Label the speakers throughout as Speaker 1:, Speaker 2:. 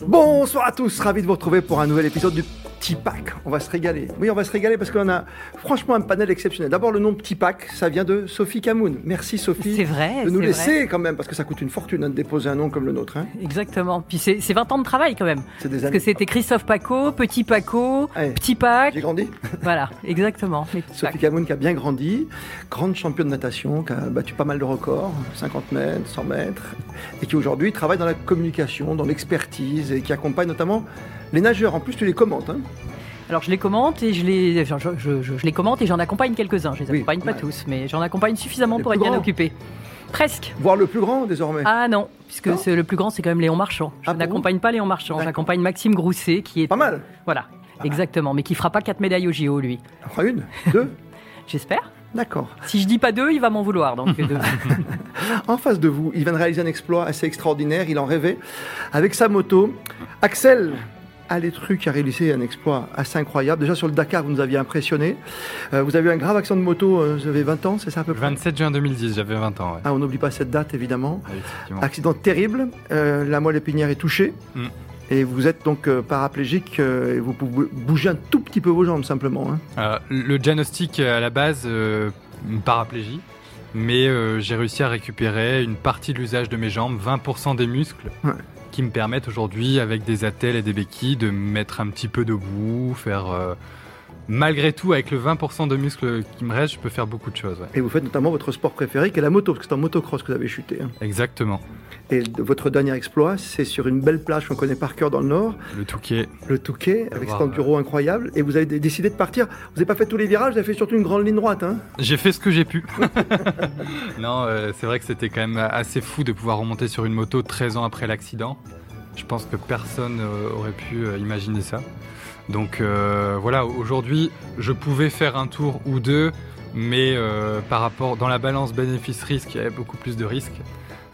Speaker 1: Bonsoir à tous, ravi de vous retrouver pour un nouvel épisode du Petit Pack. On va se régaler. Oui, on va se régaler parce qu'on a franchement un panel exceptionnel. D'abord, le nom Petit Pack, ça vient de Sophie Camoun. Merci Sophie
Speaker 2: C'est vrai,
Speaker 1: de nous
Speaker 2: c'est
Speaker 1: laisser quand même, parce que ça coûte une fortune hein, de déposer un nom comme le nôtre. hein.
Speaker 2: Exactement. Puis c'est c'est 20 ans de travail quand même.
Speaker 1: C'est des
Speaker 2: Parce
Speaker 1: années.
Speaker 2: que c'était Christophe Paco, Petit Paco,
Speaker 1: Ouais.
Speaker 2: Petit Pac.
Speaker 1: J'ai grandi.
Speaker 2: Voilà, exactement. les petits
Speaker 1: Sophie
Speaker 2: Pacs.
Speaker 1: Camoun qui a bien grandi, grande championne de natation, qui a battu pas mal de records, 50 mètres, 100 mètres, et qui aujourd'hui travaille dans la communication, dans l'expertise, et qui accompagne notamment les nageurs. En plus, tu les commentes. hein.
Speaker 2: Alors je les commente et je les, enfin, je, je- je- je les commente et j'en accompagne quelques-uns. Je les
Speaker 1: Oui,
Speaker 2: accompagne pas
Speaker 1: ouais.
Speaker 2: tous, mais j'en accompagne suffisamment
Speaker 1: Les
Speaker 2: pour
Speaker 1: plus
Speaker 2: être bien
Speaker 1: grands.
Speaker 2: occupé. Presque.
Speaker 1: Voir le plus grand désormais.
Speaker 2: Ah non,
Speaker 1: Non
Speaker 2: puisque c'est- le plus grand c'est quand même Léon Marchand. Je
Speaker 1: Ah bon
Speaker 2: n'accompagne pas Léon Marchand,
Speaker 1: D'accord.
Speaker 2: j'accompagne Maxime Grousset qui est
Speaker 1: Pas mal. Ah.
Speaker 2: Voilà, exactement, mais qui fera pas quatre médailles au JO lui.
Speaker 1: On fera une, deux.
Speaker 2: J'espère.
Speaker 1: D'accord. Ah,
Speaker 2: Si je dis pas deux, il va m'en vouloir. Donc euh, deux.
Speaker 1: En face de vous, il vient de réaliser un exploit assez extraordinaire, il en rêvait, avec sa moto. Axel Alétru qui a réalisé un exploit assez incroyable. Déjà sur le Dakar, vous nous aviez impressionné. Euh, vous avez eu un grave accident de moto, euh, vous avez 20 ans, c'est ça à peu
Speaker 3: Le
Speaker 1: près
Speaker 3: 27 juin 2010, j'avais 20 ans, ouais.
Speaker 1: Ah, on n'oublie pas cette date évidemment.
Speaker 3: Ouais, effectivement.
Speaker 1: Accident terrible, euh, la moelle épinière est touchée.
Speaker 3: Mm.
Speaker 1: Et vous êtes donc euh, paraplégique euh, et vous pouvez bouger un tout petit peu vos jambes simplement. hein.
Speaker 3: Alors, Euh, le diagnostic euh, à la base, euh, une paraplégie, mais euh, j'ai réussi à récupérer une partie de l'usage de mes jambes, 20% des muscles,
Speaker 1: Ouais.
Speaker 3: qui me permettent aujourd'hui, avec des attelles et des béquilles, de me mettre un petit peu debout, faire. euh, Malgré tout, avec le 20% de muscles qui me reste, je peux faire beaucoup de choses. ouais.
Speaker 1: Et vous faites notamment votre sport préféré qui est la moto, parce que c'est en motocross que vous avez chuté. hein.
Speaker 3: Exactement.
Speaker 1: Et de- votre dernier exploit, c'est sur une belle plage qu'on connaît par cœur dans le nord,
Speaker 3: Le touquet.
Speaker 1: le Touquet, avec cet
Speaker 3: voir,
Speaker 1: enduro incroyable. Et vous avez dé- décidé de partir. Vous n'avez pas fait tous les virages, vous avez fait surtout une grande ligne droite. hein.
Speaker 3: J'ai fait ce que j'ai pu. non, euh, c'est vrai que c'était quand même assez fou de pouvoir remonter sur une moto 13 ans après l'accident. Je pense que personne euh, aurait pu euh, imaginer ça. Donc euh, voilà, aujourd'hui, je pouvais faire un tour ou deux, mais euh, par rapport dans la balance bénéfice-risque, il y avait beaucoup plus de risques.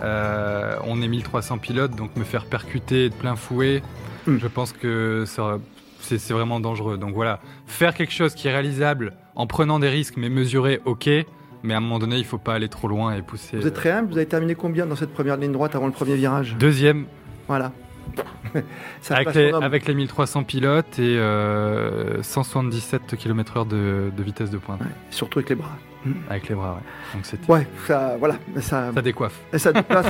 Speaker 3: Euh, on est 1300 pilotes, donc me faire percuter de plein fouet,
Speaker 1: Mm.
Speaker 3: je pense que ça- c'est c'est vraiment dangereux. Donc voilà, faire quelque chose qui est réalisable en prenant des risques, mais mesuré, ok. Mais à un moment donné, il faut pas aller trop loin et pousser. euh,
Speaker 1: Vous êtes très humble, vous avez terminé combien dans cette première ligne droite avant le premier virage
Speaker 3: Deuxième,
Speaker 1: Voilà. Ça
Speaker 3: avec
Speaker 1: place
Speaker 3: les,
Speaker 1: mon homme.
Speaker 3: avec les 1300 pilotes et euh, 177 km/h de, de vitesse de pointe
Speaker 1: Ouais, surtout avec les bras.
Speaker 3: avec les bras. ouais. Donc c'était.
Speaker 1: Ouais, ça, voilà, ça,
Speaker 3: Ça décoiffe.
Speaker 1: Et ça place,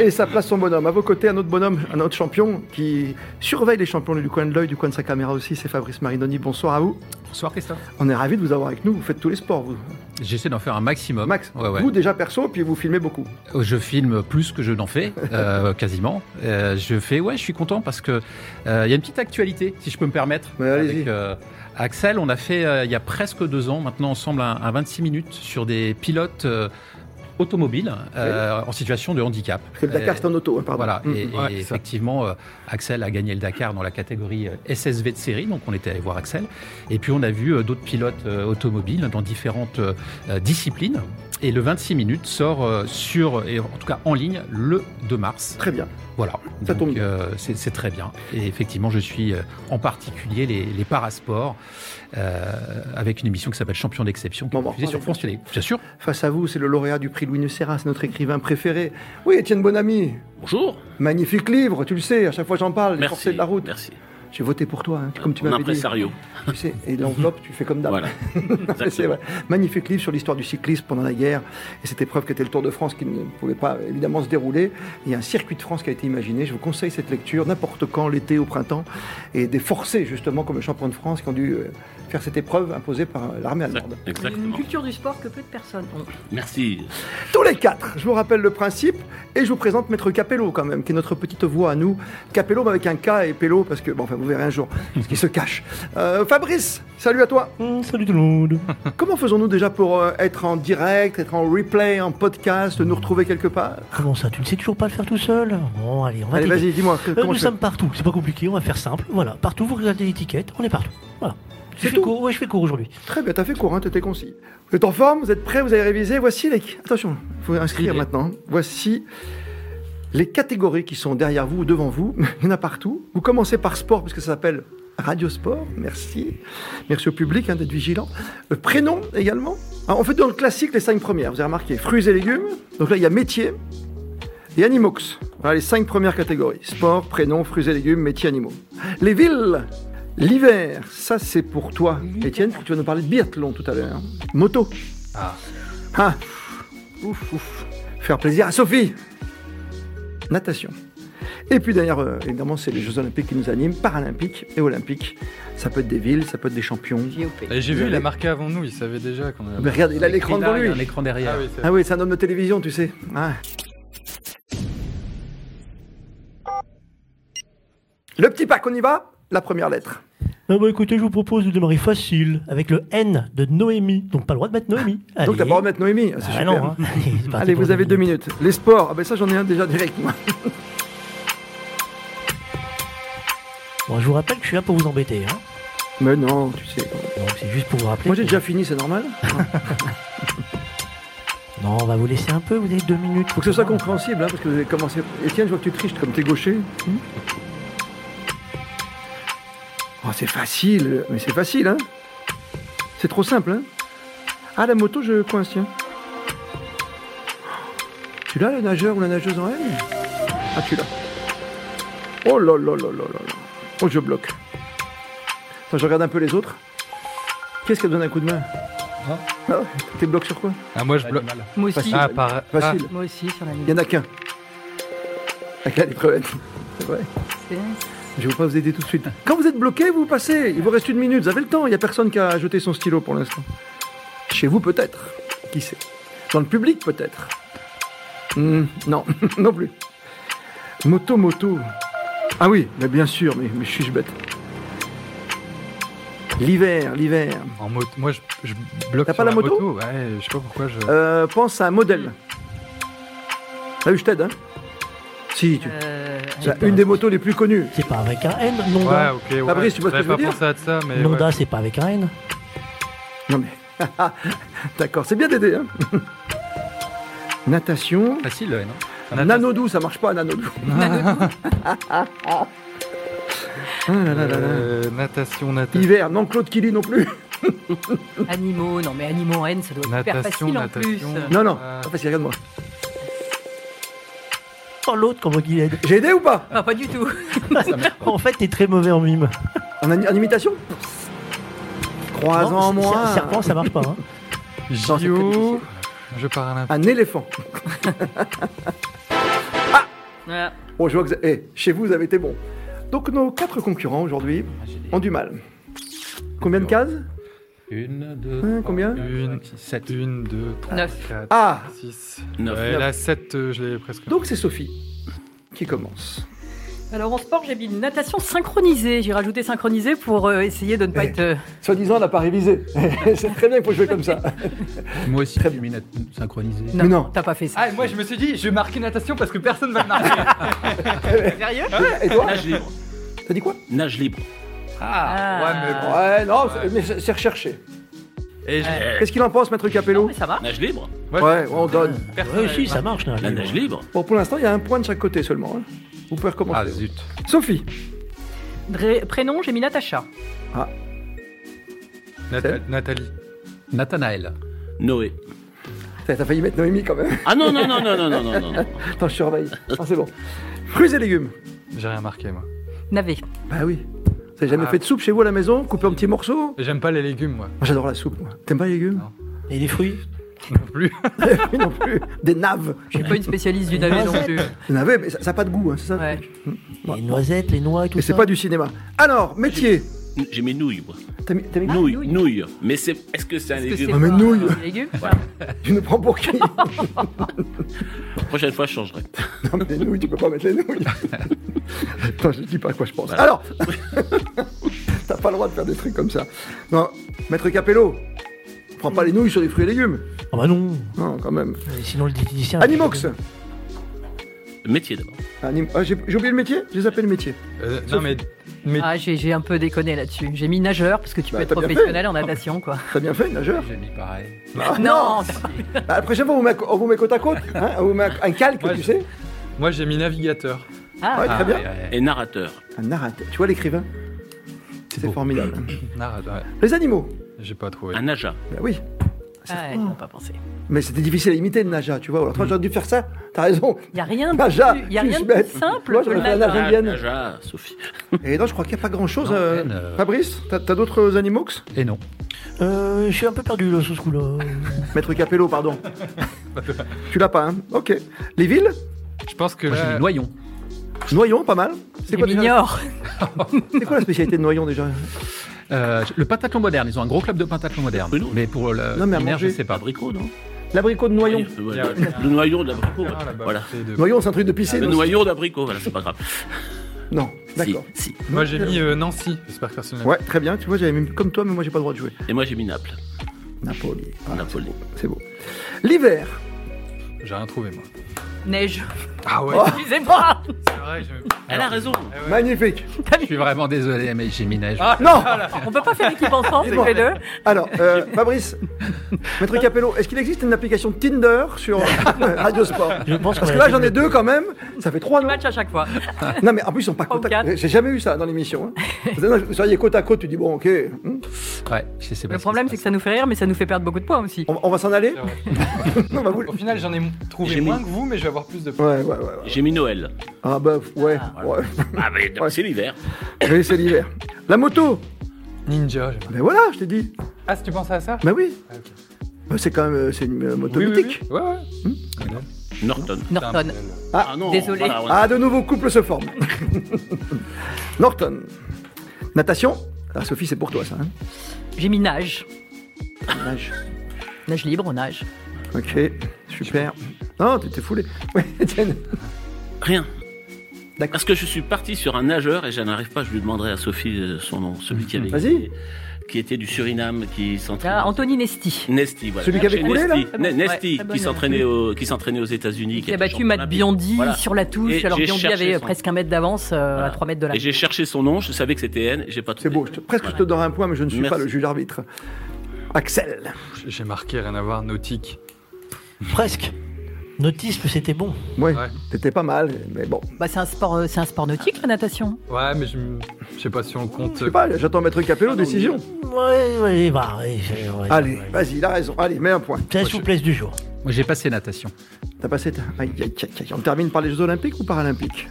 Speaker 1: et ça place son bonhomme. À vos côtés, un autre bonhomme, un autre champion qui surveille les champions du coin de l'œil, du coin de sa caméra aussi, c'est Fabrice Marinoni. Bonsoir à vous.
Speaker 4: Bonsoir Christophe.
Speaker 1: On est ravis de vous avoir avec nous. Vous faites tous les sports, vous.
Speaker 4: J'essaie d'en faire un maximum.
Speaker 1: Bah, Max,
Speaker 4: Ouais, ouais.
Speaker 1: vous déjà perso, puis vous filmez beaucoup.
Speaker 4: Je filme plus que je n'en fais, euh, quasiment. Euh, je fais, ouais, je suis content parce que euh, il y a une petite actualité, si je peux me permettre.
Speaker 1: Ouais, allez-y.
Speaker 4: Avec, euh, Axel, on a fait euh, il y a presque deux ans maintenant ensemble un, un 26 minutes sur des pilotes euh, automobiles euh, en situation de handicap.
Speaker 1: Parce que le Dakar,
Speaker 4: Euh,
Speaker 1: c'est en auto, hein, pardon.
Speaker 4: Voilà,
Speaker 1: Mm.
Speaker 4: et,
Speaker 3: mm,
Speaker 4: et
Speaker 3: ouais, ça.
Speaker 4: effectivement, euh, Axel a gagné le Dakar dans la catégorie euh, SSV de série, donc on était allé voir Axel. Et puis on a vu euh, d'autres pilotes euh, automobiles dans différentes euh, euh, disciplines. Et le 26 minutes sort euh, sur, et en tout cas en ligne, le 2 mars.
Speaker 1: Très bien.
Speaker 4: Voilà,
Speaker 1: Ça
Speaker 4: donc
Speaker 1: tombe bien.
Speaker 4: euh, c'est c'est très bien. Et effectivement, je suis euh, en particulier les, les parasports euh, avec une émission qui s'appelle Champion d'exception, qui
Speaker 1: Bon,
Speaker 4: est
Speaker 1: bon,
Speaker 4: diffusée sur
Speaker 1: on
Speaker 4: France Télé. Bien sûr.
Speaker 1: Face à vous, c'est le lauréat du prix Louis Nucera, c'est notre écrivain préféré. Oui, Étienne Bonamy,
Speaker 5: Bonjour.
Speaker 1: magnifique livre, tu le sais, à chaque fois j'en parle, Les
Speaker 5: Merci.
Speaker 1: Forcés de la route.
Speaker 5: Merci.
Speaker 1: J'ai voté pour toi, hein, comme tu
Speaker 5: Mon
Speaker 1: m'avais dit.
Speaker 5: impresario.
Speaker 1: Tu sais, et l'enveloppe, tu fais comme d'hab.
Speaker 5: Voilà.
Speaker 1: C'est
Speaker 5: Exactement.
Speaker 1: vrai. Magnifique livre sur l'histoire du cyclisme pendant la guerre et cette épreuve qui était le Tour de France qui ne pouvait pas évidemment se dérouler. Il y a un circuit de France qui a été imaginé. Je vous conseille cette lecture n'importe quand, l'été, au printemps, et des forcés justement comme le champion de France qui ont dû euh, faire cette épreuve imposée par euh, l'armée allemande.
Speaker 2: Une
Speaker 5: Exactement.
Speaker 2: culture du sport que peu de personnes ont.
Speaker 5: Merci.
Speaker 1: Tous les quatre, je vous rappelle le principe et je vous présente Maître Capello quand même, qui est notre petite voix à nous. Capello mais avec un K et Pello parce que, bon, enfin vous verrez un jour ce qui se cache. Euh, Fabrice, salut à toi.
Speaker 6: Salut tout le monde.
Speaker 1: Comment faisons-nous déjà pour euh, être en direct, être en replay, en podcast, nous retrouver quelque part
Speaker 6: Comment ça, tu ne sais toujours pas le faire tout seul Bon, allez, on va
Speaker 1: Allez,
Speaker 6: t'aider.
Speaker 1: vas-y, dis-moi. que-
Speaker 6: Euh,
Speaker 1: comment
Speaker 6: nous
Speaker 1: je
Speaker 6: sommes partout, c'est pas compliqué, on va faire simple. Voilà, partout, vous regardez l'étiquette, on est partout. Voilà. Je
Speaker 1: C'est
Speaker 6: fais
Speaker 1: tout
Speaker 6: court, ouais, je fais court aujourd'hui.
Speaker 1: fais Très bien, t'as fait court, hein, t'étais concis. Vous êtes en forme, vous êtes prêts, vous avez révisé. Voici les. Attention, il faut inscrire
Speaker 3: Il est.
Speaker 1: maintenant. Voici les catégories qui sont derrière vous ou devant vous. Il y en a partout. Vous commencez par sport, puisque ça s'appelle Radio Sport. Merci. Merci au public hein, d'être vigilant. Le prénom également. Ah, on fait dans le classique les cinq premières, vous avez remarqué. Fruits et légumes. Donc là, il y a métier. Et Animox, voilà les cinq premières catégories. Sport, prénom, fruits et légumes, métiers, animaux. Les villes L'hiver, ça c'est pour toi, Étienne, parce que tu vas nous parler de biathlon tout à l'heure. Moto.
Speaker 3: Ah.
Speaker 1: Ah. Ouf, ouf. Faire plaisir à Sophie. Natation. Et puis d'ailleurs, euh, évidemment, c'est les Jeux Olympiques qui nous animent, Paralympiques et Olympiques. Ça peut être des villes, ça peut être des champions.
Speaker 2: JOP.
Speaker 3: Et j'ai vu, il a marqué avant nous, il savait déjà qu'on
Speaker 1: Mais
Speaker 3: avait.
Speaker 1: regarde, il a l'écran devant lui.
Speaker 4: Un écran derrière.
Speaker 3: Ah oui, c'est
Speaker 1: Ah oui, c'est un homme de télévision, tu sais. Ah. Le petit pack, on y va La première lettre.
Speaker 6: Ah bah écoutez, je vous propose de démarrer facile avec le N de Noémie. Donc pas le droit de mettre Noémie.
Speaker 1: Donc
Speaker 6: Allez.
Speaker 1: d'abord remettre Noémie. Ah, c'est
Speaker 6: Ah
Speaker 1: super.
Speaker 6: non, hein. Allez, c'est parti
Speaker 1: Allez,
Speaker 6: pour
Speaker 1: vous avez deux
Speaker 6: minutes.
Speaker 1: minutes. Les sports, ah ben ça j'en ai un déjà direct moi.
Speaker 6: Bon, je vous rappelle que je suis là pour vous embêter. Hein.
Speaker 1: Mais non, tu sais.
Speaker 6: Donc c'est juste pour vous rappeler.
Speaker 1: Moi j'ai
Speaker 6: que-
Speaker 1: déjà fini, c'est normal.
Speaker 6: Non, on va vous laisser un peu, vous avez deux minutes.
Speaker 1: Faut que ce soit compréhensible, hein, parce que vous avez commencé. Étienne, je vois que tu triches comme t'es gaucher. Hmm Oh, c'est facile, mais c'est facile, hein. C'est trop simple, hein. Ah, la moto, je coince, tiens. Tu l'as, le nageur ou la nageuse en elle Ah, tu l'as. Oh là là là là là là. Oh, je bloque. Attends, je regarde un peu les autres. Qu'est-ce qu'elle donne un coup de main
Speaker 4: Ah.
Speaker 1: Ah, T'es bloqué sur quoi
Speaker 3: Ah, moi je bloque.
Speaker 2: Moi aussi.
Speaker 3: Ah, par. Ah,
Speaker 1: Facile.
Speaker 2: Moi aussi sur la
Speaker 1: Il y
Speaker 2: liste.
Speaker 1: en a qu'un. Laquelle est crevettes. C'est vrai. Je ne vais pas vous aider tout de suite. Quand vous êtes bloqué, vous passez. Il vous reste une minute. Vous avez le temps. Il n'y a personne qui a jeté son stylo pour l'instant. Chez vous, peut-être. Qui sait Dans le public, peut-être. Hmm, non, non plus. Moto, moto. Ah oui, mais bien sûr, mais, mais je suis bête. L'hiver, l'hiver.
Speaker 3: En moto. Moi je, je bloque.
Speaker 1: T'as pas
Speaker 3: sur
Speaker 1: la moto
Speaker 3: Ouais, je sais pas pourquoi je.
Speaker 1: Euh, pense à un modèle. Ah oui, je t'aide, hein Si, tu...
Speaker 2: Euh,
Speaker 1: c'est une des motos les plus connues.
Speaker 6: C'est pas avec un N,
Speaker 3: Ouais,
Speaker 6: Nonda.
Speaker 3: ok, ouais.
Speaker 1: Fabrice, tu vois ce que
Speaker 3: J'avais
Speaker 1: je
Speaker 3: pas
Speaker 1: veux dire
Speaker 3: pensé à de ça, mais.
Speaker 6: Nonda,
Speaker 3: ouais.
Speaker 6: c'est pas avec un N.
Speaker 1: Non mais. D'accord, c'est bien d'aider. Hein Natation.
Speaker 4: Facile, le N. hein.
Speaker 1: Nanodou, ça marche pas, Nanodou. Ah là là là là.
Speaker 3: Euh, Natation, natation.
Speaker 1: Hiver, non, Claude Killy non plus.
Speaker 2: animaux, non mais animaux en haine, ça doit être super
Speaker 3: Natation,
Speaker 2: facile en plus.
Speaker 3: natation.
Speaker 1: Non, non,
Speaker 6: Euh.
Speaker 3: Ah.
Speaker 1: pas facile, regarde-moi.
Speaker 6: Oh, l'autre, comment il aide.
Speaker 1: J'ai aidé ou pas
Speaker 2: Ah, pas du tout.
Speaker 6: en fait, t'es très mauvais en mime.
Speaker 1: en, ani- en imitation Trois ans
Speaker 6: Non,
Speaker 1: en
Speaker 6: c'est- c'est-
Speaker 1: moins. euh,
Speaker 6: Serpent, ça marche pas. Hein.
Speaker 1: Non, c'est très difficile.
Speaker 3: JO. Je pars à l'imp-
Speaker 1: Un éléphant.
Speaker 2: Voilà.
Speaker 1: Bon, je vois que vous- eh, chez vous, vous avez été bon. Donc nos quatre concurrents aujourd'hui
Speaker 6: Ah,
Speaker 1: ont du mal. Combien de cases
Speaker 4: Une, deux,
Speaker 1: Hein,
Speaker 4: trois,
Speaker 1: combien
Speaker 4: quatre,
Speaker 3: Une,
Speaker 4: cinq, six, sept.
Speaker 3: Une, deux, trois,
Speaker 2: Neuf.
Speaker 3: quatre,
Speaker 1: Ah
Speaker 3: six.
Speaker 5: Neuf.
Speaker 3: Ouais,
Speaker 1: Neuf.
Speaker 3: la 7, je l'ai presque.
Speaker 1: Donc c'est Sophie qui commence.
Speaker 2: Alors en sport, j'ai mis une natation synchronisée. J'ai rajouté synchronisée pour euh, essayer de ne pas
Speaker 1: Eh.
Speaker 2: être. euh,
Speaker 1: Soi-disant, elle n'a pas révisé. c'est très bien qu'il faut jouer comme ça.
Speaker 4: Moi aussi, très bien. synchronisé.
Speaker 2: Non,
Speaker 1: Mais non.
Speaker 2: t'as pas fait ça.
Speaker 3: Ah, moi je me suis dit, je marque natation parce que personne va me marquer.
Speaker 2: sérieux
Speaker 1: Et toi
Speaker 5: Nage libre.
Speaker 1: T'as dit quoi
Speaker 5: Nage libre.
Speaker 2: Ah.
Speaker 3: ouais, mais bon.
Speaker 1: Ouais, non, c'est- mais c'est c'est recherché.
Speaker 3: Et je-
Speaker 1: Qu'est-ce qu'il en pense, Maître
Speaker 2: Non,
Speaker 1: Capello
Speaker 2: Ah, mais ça va.
Speaker 5: Eh, Nage libre.
Speaker 3: Ouais,
Speaker 1: Ouais, on donne.
Speaker 3: personne
Speaker 6: Ouais,
Speaker 3: va
Speaker 6: si,
Speaker 3: me
Speaker 6: ça marche. Nage
Speaker 5: La
Speaker 6: libre.
Speaker 5: nage libre.
Speaker 1: Bon, pour l'instant, il y a un point de chaque côté seulement. hein. Vous pouvez
Speaker 4: Ah
Speaker 1: recommencer.
Speaker 4: zut.
Speaker 1: Sophie,
Speaker 2: Dré- Prénom, j'ai mis Natacha.
Speaker 3: Nata- Nathalie.
Speaker 4: Nathanaël.
Speaker 5: Noé.
Speaker 1: t'as t'as failli mettre Noémie quand même.
Speaker 5: Ah non, non, non, non, non, non, non, non, non.
Speaker 1: Attends, je surveille. Ah, c'est bon. Fruits et légumes.
Speaker 3: J'ai rien marqué, moi.
Speaker 2: Navé.
Speaker 1: Bah oui. Vous avez jamais
Speaker 3: Ah.
Speaker 1: fait de soupe chez vous à la maison Coupé en petits morceaux
Speaker 3: J'aime pas les légumes, moi.
Speaker 1: Moi, J'adore la soupe. moi. T'aimes pas les légumes
Speaker 6: Et les fruits
Speaker 3: Non plus.
Speaker 1: Oui, non plus. Des naves.
Speaker 2: Je suis pas une spécialiste du
Speaker 1: Ah,
Speaker 2: navet non plus.
Speaker 1: Des naves, mais ça n'a pas de goût, hein, c'est ça
Speaker 2: Ouais.
Speaker 6: Les noisettes, les noix et tout
Speaker 1: Et
Speaker 6: ça.
Speaker 1: c'est pas du cinéma. Alors, métier.
Speaker 5: J'ai mes nouilles, moi.
Speaker 1: T'as mis, t'as mis-
Speaker 5: Nouilles,
Speaker 2: Ah, nouilles.
Speaker 5: nouilles. Mais c'est. Est-ce que c'est un
Speaker 2: Est-ce que
Speaker 5: légume
Speaker 2: c'est
Speaker 1: mais
Speaker 2: pas
Speaker 1: nouilles.
Speaker 2: un légume
Speaker 1: Tu nous prends pour qui Non,
Speaker 5: La prochaine fois, je changerai.
Speaker 1: mais les nouilles, tu peux pas mettre les nouilles. Attends, je dis pas à quoi je pense.
Speaker 5: Voilà.
Speaker 1: Alors T'as pas le droit de faire des trucs comme ça. Non, Maître Capello, prends pas les nouilles sur les fruits et légumes.
Speaker 6: Ah bah non.
Speaker 1: Non, quand même.
Speaker 6: Mais Sinon, le diététicien.
Speaker 1: Animox
Speaker 5: Métier d'abord.
Speaker 1: Anim- ah, J'ai j'ai oublié le métier Je les appelle métier.
Speaker 3: Euh, non, mais. mais
Speaker 2: Ah, j'ai j'ai un peu déconné là-dessus. J'ai mis nageur parce que tu
Speaker 1: Bah,
Speaker 2: peux être
Speaker 1: t'as bien
Speaker 2: professionnel en natation, quoi.
Speaker 1: T'as bien fait, nageur
Speaker 4: J'ai mis pareil.
Speaker 1: Ah,
Speaker 2: Non,
Speaker 1: Bah, La prochaine fois, on vous met, on vous met côte à côte. hein, on vous met un calque,
Speaker 3: Ouais,
Speaker 1: tu
Speaker 3: je-
Speaker 1: sais.
Speaker 3: Moi, j'ai mis navigateur.
Speaker 2: Ah,
Speaker 1: Ouais, très bien.
Speaker 4: ouais, ouais.
Speaker 5: Et narrateur.
Speaker 1: Un narrateur. Tu vois l'écrivain C'est
Speaker 4: beau.
Speaker 1: formidable.
Speaker 3: Narrateur, Ah, ouais.
Speaker 1: Les animaux
Speaker 3: J'ai pas trouvé.
Speaker 5: Un naja.
Speaker 1: Bah oui.
Speaker 2: ah, ouais, j'aurais pas pensé.
Speaker 1: mais c'était difficile à imiter le Naja, tu vois. Alors, toi, j'aurais dû faire ça, t'as raison.
Speaker 2: Il n'y a rien de,
Speaker 1: Naja,
Speaker 2: plus, y a
Speaker 1: Bah, tu
Speaker 2: rien
Speaker 1: es
Speaker 2: de
Speaker 1: bête.
Speaker 2: plus simple
Speaker 1: Moi,
Speaker 2: que le
Speaker 1: j'aurais fait un
Speaker 2: naja.
Speaker 1: naja. Indienne.
Speaker 5: Naja, Sophie.
Speaker 1: Et non, je crois qu'il n'y a pas grand chose.
Speaker 4: Non, N, euh.
Speaker 1: Fabrice, t'as t'as d'autres animaux
Speaker 4: Et Eh non.
Speaker 6: Euh, je suis un peu perdu là, sur ce coup-là.
Speaker 1: Maître Capello, pardon. tu l'as pas, hein Ok. Les villes
Speaker 3: Je pense que
Speaker 4: Moi, j'ai
Speaker 3: là,
Speaker 4: mis noyon.
Speaker 1: Noyon, pas mal. C'est
Speaker 2: Il
Speaker 1: quoi, déjà-
Speaker 2: m'ignore.
Speaker 1: c'est quoi la spécialité de Noyon déjà
Speaker 4: Euh, le pentathlon moderne, ils ont un gros club de pentathlon moderne.
Speaker 5: Bruno.
Speaker 4: Mais pour le
Speaker 1: Non, mais à
Speaker 4: binaire, je
Speaker 1: manger.
Speaker 4: sais pas.
Speaker 5: Abricot, non
Speaker 1: L'abricot de Noyon.
Speaker 5: Ouais, Le le noyau d'abricot.
Speaker 3: Ah,
Speaker 5: ouais.
Speaker 3: là-bas,
Speaker 5: Voilà.
Speaker 3: c'est de-
Speaker 1: Noyon, c'est un truc de piscine.
Speaker 5: Le
Speaker 1: aussi.
Speaker 5: noyau d'abricot, voilà, c'est pas grave.
Speaker 1: Non,
Speaker 5: Si,
Speaker 1: d'accord.
Speaker 5: si.
Speaker 3: Moi j'ai mis euh, Nancy, j'espère que personne l'a
Speaker 1: Ouais, très bien. Tu vois, j'avais mis comme toi, mais moi, j'ai pas le droit de jouer.
Speaker 5: Et moi, j'ai mis Naples.
Speaker 1: Napoli. Ah,
Speaker 5: Napoli.
Speaker 1: c'est beau. L'hiver.
Speaker 3: mis. J'ai rien trouvé moi.
Speaker 2: Neige.
Speaker 3: Ah
Speaker 1: Oh.
Speaker 3: ouais,
Speaker 2: Excusez-moi.
Speaker 3: c'est vrai, je...
Speaker 5: Elle a raison.
Speaker 1: Magnifique.
Speaker 4: Je suis vraiment désolé, mais j'ai mis neige.
Speaker 5: Ah,
Speaker 1: Non
Speaker 2: On peut pas faire équipe ensemble,
Speaker 1: Dis-moi.
Speaker 2: fais-le.
Speaker 1: Alors, euh, Fabrice, Maître Capello, est-ce qu'il existe une application Tinder sur euh, Radio Sport
Speaker 6: Je pense
Speaker 1: Parce
Speaker 6: qu'on
Speaker 1: que
Speaker 6: a
Speaker 1: là, j'en ai deux quand même. Ça fait trois noms.
Speaker 2: Match à chaque fois.
Speaker 1: Non, mais en plus, ils sont pas
Speaker 2: Trois ou
Speaker 1: côte à
Speaker 2: quatre.
Speaker 1: côte. J'ai jamais eu ça dans l'émission. hein. Vous savez, Vous seriez côte à côte, tu dis bon, ok. hmm,
Speaker 4: Ouais, je sais pas
Speaker 2: Le
Speaker 4: ce
Speaker 2: problème,
Speaker 4: qui
Speaker 2: c'est
Speaker 4: se
Speaker 2: que ça nous fait rire, mais ça nous fait perdre beaucoup de points aussi.
Speaker 1: On, on va s'en aller Non, bah vous.
Speaker 3: Au final j'en ai trouvé
Speaker 5: J'ai mis-
Speaker 3: moins que vous, mais je vais avoir plus de points.
Speaker 1: Ouais, ouais, ouais. ouais.
Speaker 5: J'ai mis Noël.
Speaker 1: Ah, bah, ouais. ouais.
Speaker 5: Ah, mais non,
Speaker 1: Ouais.
Speaker 5: c'est l'hiver.
Speaker 1: Oui, c'est l'hiver. La moto
Speaker 3: Ninja, j'ai marqué.
Speaker 1: Ben voilà, je t'ai dit.
Speaker 3: Ah, si tu pensais à ça
Speaker 1: Ben oui.
Speaker 3: Ah, ok.
Speaker 1: Ben, c'est quand même euh, c'est une euh, moto
Speaker 3: Oui, oui,
Speaker 1: mythique.
Speaker 3: oui. Ouais, ouais.
Speaker 5: Norton.
Speaker 2: Norton.
Speaker 5: Ah, non.
Speaker 2: Désolé.
Speaker 5: voilà, voilà.
Speaker 1: Ah, de nouveaux couples se forment. Norton. Natation. Ah, Sophie, c'est pour toi, ça. hein.
Speaker 2: J'ai mis nage.
Speaker 1: Nage.
Speaker 2: Nage libre, on nage.
Speaker 1: Ok, super. Non, tu t'es foulé. Ouais, Étienne.
Speaker 5: Ah, Rien.
Speaker 1: D'accord.
Speaker 5: Parce que je suis parti sur un nageur et je n'arrive pas, je lui demanderai à Sophie euh, son nom, celui qui avait.
Speaker 1: Vas-y.
Speaker 5: Qui était du Suriname, qui s'entraînait.
Speaker 2: Ah, Anthony Nesti.
Speaker 5: Nesty, voilà.
Speaker 1: Celui qui avait
Speaker 5: Chez
Speaker 1: coulé, là
Speaker 5: Nesty,
Speaker 2: Très bon,
Speaker 5: Ne-
Speaker 2: ouais,
Speaker 5: Nesty,
Speaker 2: très
Speaker 5: qui
Speaker 2: bonne,
Speaker 5: s'entraînait aux, qui s'entraînait aux États-Unis.
Speaker 2: Qui a
Speaker 5: était
Speaker 2: battu
Speaker 5: champion
Speaker 2: Matt
Speaker 5: olympique.
Speaker 2: Biondi
Speaker 5: Voilà.
Speaker 2: sur la touche,
Speaker 5: Et
Speaker 2: alors
Speaker 5: j'ai
Speaker 2: Biondi
Speaker 5: cherché
Speaker 2: avait
Speaker 5: son-
Speaker 2: presque un mètre d'avance euh,
Speaker 5: Voilà.
Speaker 2: à 3 mètres de la
Speaker 5: Et j'ai cherché son nom, je savais que c'était N, j'ai pas trouvé.
Speaker 1: C'est beau. je te- presque je te donnerai un point, mais je ne suis
Speaker 5: Merci.
Speaker 1: pas le juge arbitre. Axel.
Speaker 3: J'ai marqué rien à voir, nautique.
Speaker 6: presque. Nautisme, c'était bon.
Speaker 1: Ouais,
Speaker 3: Ouais.
Speaker 1: t'étais pas mal, mais bon.
Speaker 2: Bah, c'est un sport, euh, c'est un sport nautique la natation.
Speaker 3: Ouais, mais je je sais pas si on le compte.
Speaker 1: Je sais pas, j'attends Maître Capello, décision.
Speaker 6: Ouais, ouais, bah, ouais, ouais, ouais,
Speaker 1: Allez,
Speaker 6: ouais.
Speaker 1: vas-y, il a raison. Allez, mets un point.
Speaker 6: C'est la souplesse du jour.
Speaker 4: passe. Moi, j'ai passé natation.
Speaker 1: T'as passé ta... aïe, aïe, aïe, aïe. On termine par les Jeux Olympiques ou Paralympiques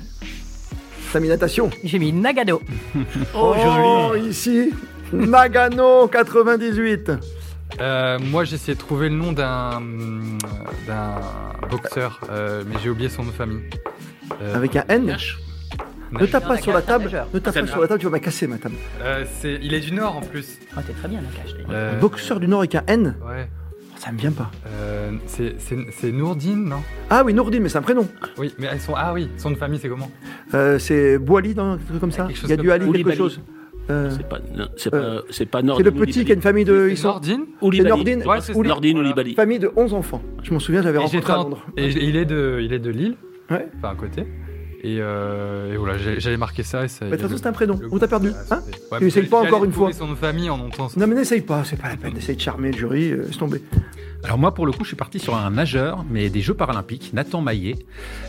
Speaker 1: T'as mis natation
Speaker 2: J'ai mis Nagano.
Speaker 6: Oh, joli.
Speaker 1: ici, Nagano 98.
Speaker 3: Euh, moi, j'ai essayé de trouver le nom d'un d'un boxeur, euh, mais j'ai oublié son nom de famille. Euh,
Speaker 1: Avec un N Ne tape pas sur la table. Ne tape pas
Speaker 5: Nagano.
Speaker 1: sur la table, tu vas me casser ma table.
Speaker 3: euh, c'est- il est du Nord en plus.
Speaker 2: Oh, t'es très bien Nakash.
Speaker 3: Euh,
Speaker 1: Boxeur du Nord avec un N
Speaker 3: Ouais.
Speaker 1: Ça me vient pas.
Speaker 3: Euh, c'est- c'est c'est Nourdine, non
Speaker 1: Ah oui, Nourdine, mais c'est un prénom.
Speaker 3: Oui, mais elles sont. Ah oui, son nom de famille, c'est comment
Speaker 1: Euh, c'est Boali, non un truc comme ça
Speaker 3: Quelque chose
Speaker 1: Il y a du
Speaker 3: comme
Speaker 1: Ali,
Speaker 5: ça.
Speaker 1: quelque
Speaker 5: Oulibali.
Speaker 1: chose. Euh,
Speaker 5: C'est pas, non, c'est
Speaker 1: Euh,
Speaker 5: pas, c'est pas Nord.
Speaker 1: c'est le petit qui a une famille de. Ils sont
Speaker 3: Nourdine
Speaker 1: c'est Nordine.
Speaker 3: Ouais, c'est
Speaker 1: Ouli-
Speaker 3: Nordine.
Speaker 5: Nordine ou
Speaker 3: Voilà.
Speaker 5: Libali.
Speaker 1: famille de 11 enfants. Je m'en souviens, j'avais
Speaker 3: Et j'étais
Speaker 1: rencontré à
Speaker 3: en-
Speaker 1: Londres.
Speaker 3: et j- il est de, il est de Lille.
Speaker 1: Ouais.
Speaker 3: Enfin, à côté. Et, euh, et voilà, j'ai- j'avais marqué ça. Et ça
Speaker 1: Mais Bah, de toute façon, c'est un prénom.
Speaker 3: le-
Speaker 1: On t'a perdu.
Speaker 3: Ah,
Speaker 1: Hein
Speaker 3: c'était-
Speaker 1: Tu
Speaker 3: mais
Speaker 1: essayes
Speaker 3: j'ai-
Speaker 1: pas
Speaker 3: j'ai
Speaker 1: encore
Speaker 3: allé
Speaker 1: une fois.
Speaker 3: trouver son nom de famille en entendant ça.
Speaker 1: non, mais n'essaye pas, c'est pas la peine d'essayer de charmer le jury, euh, c'est tombé.
Speaker 4: Alors moi, pour le coup, je suis parti sur un nageur, mais des Jeux paralympiques, Nathan Maillet.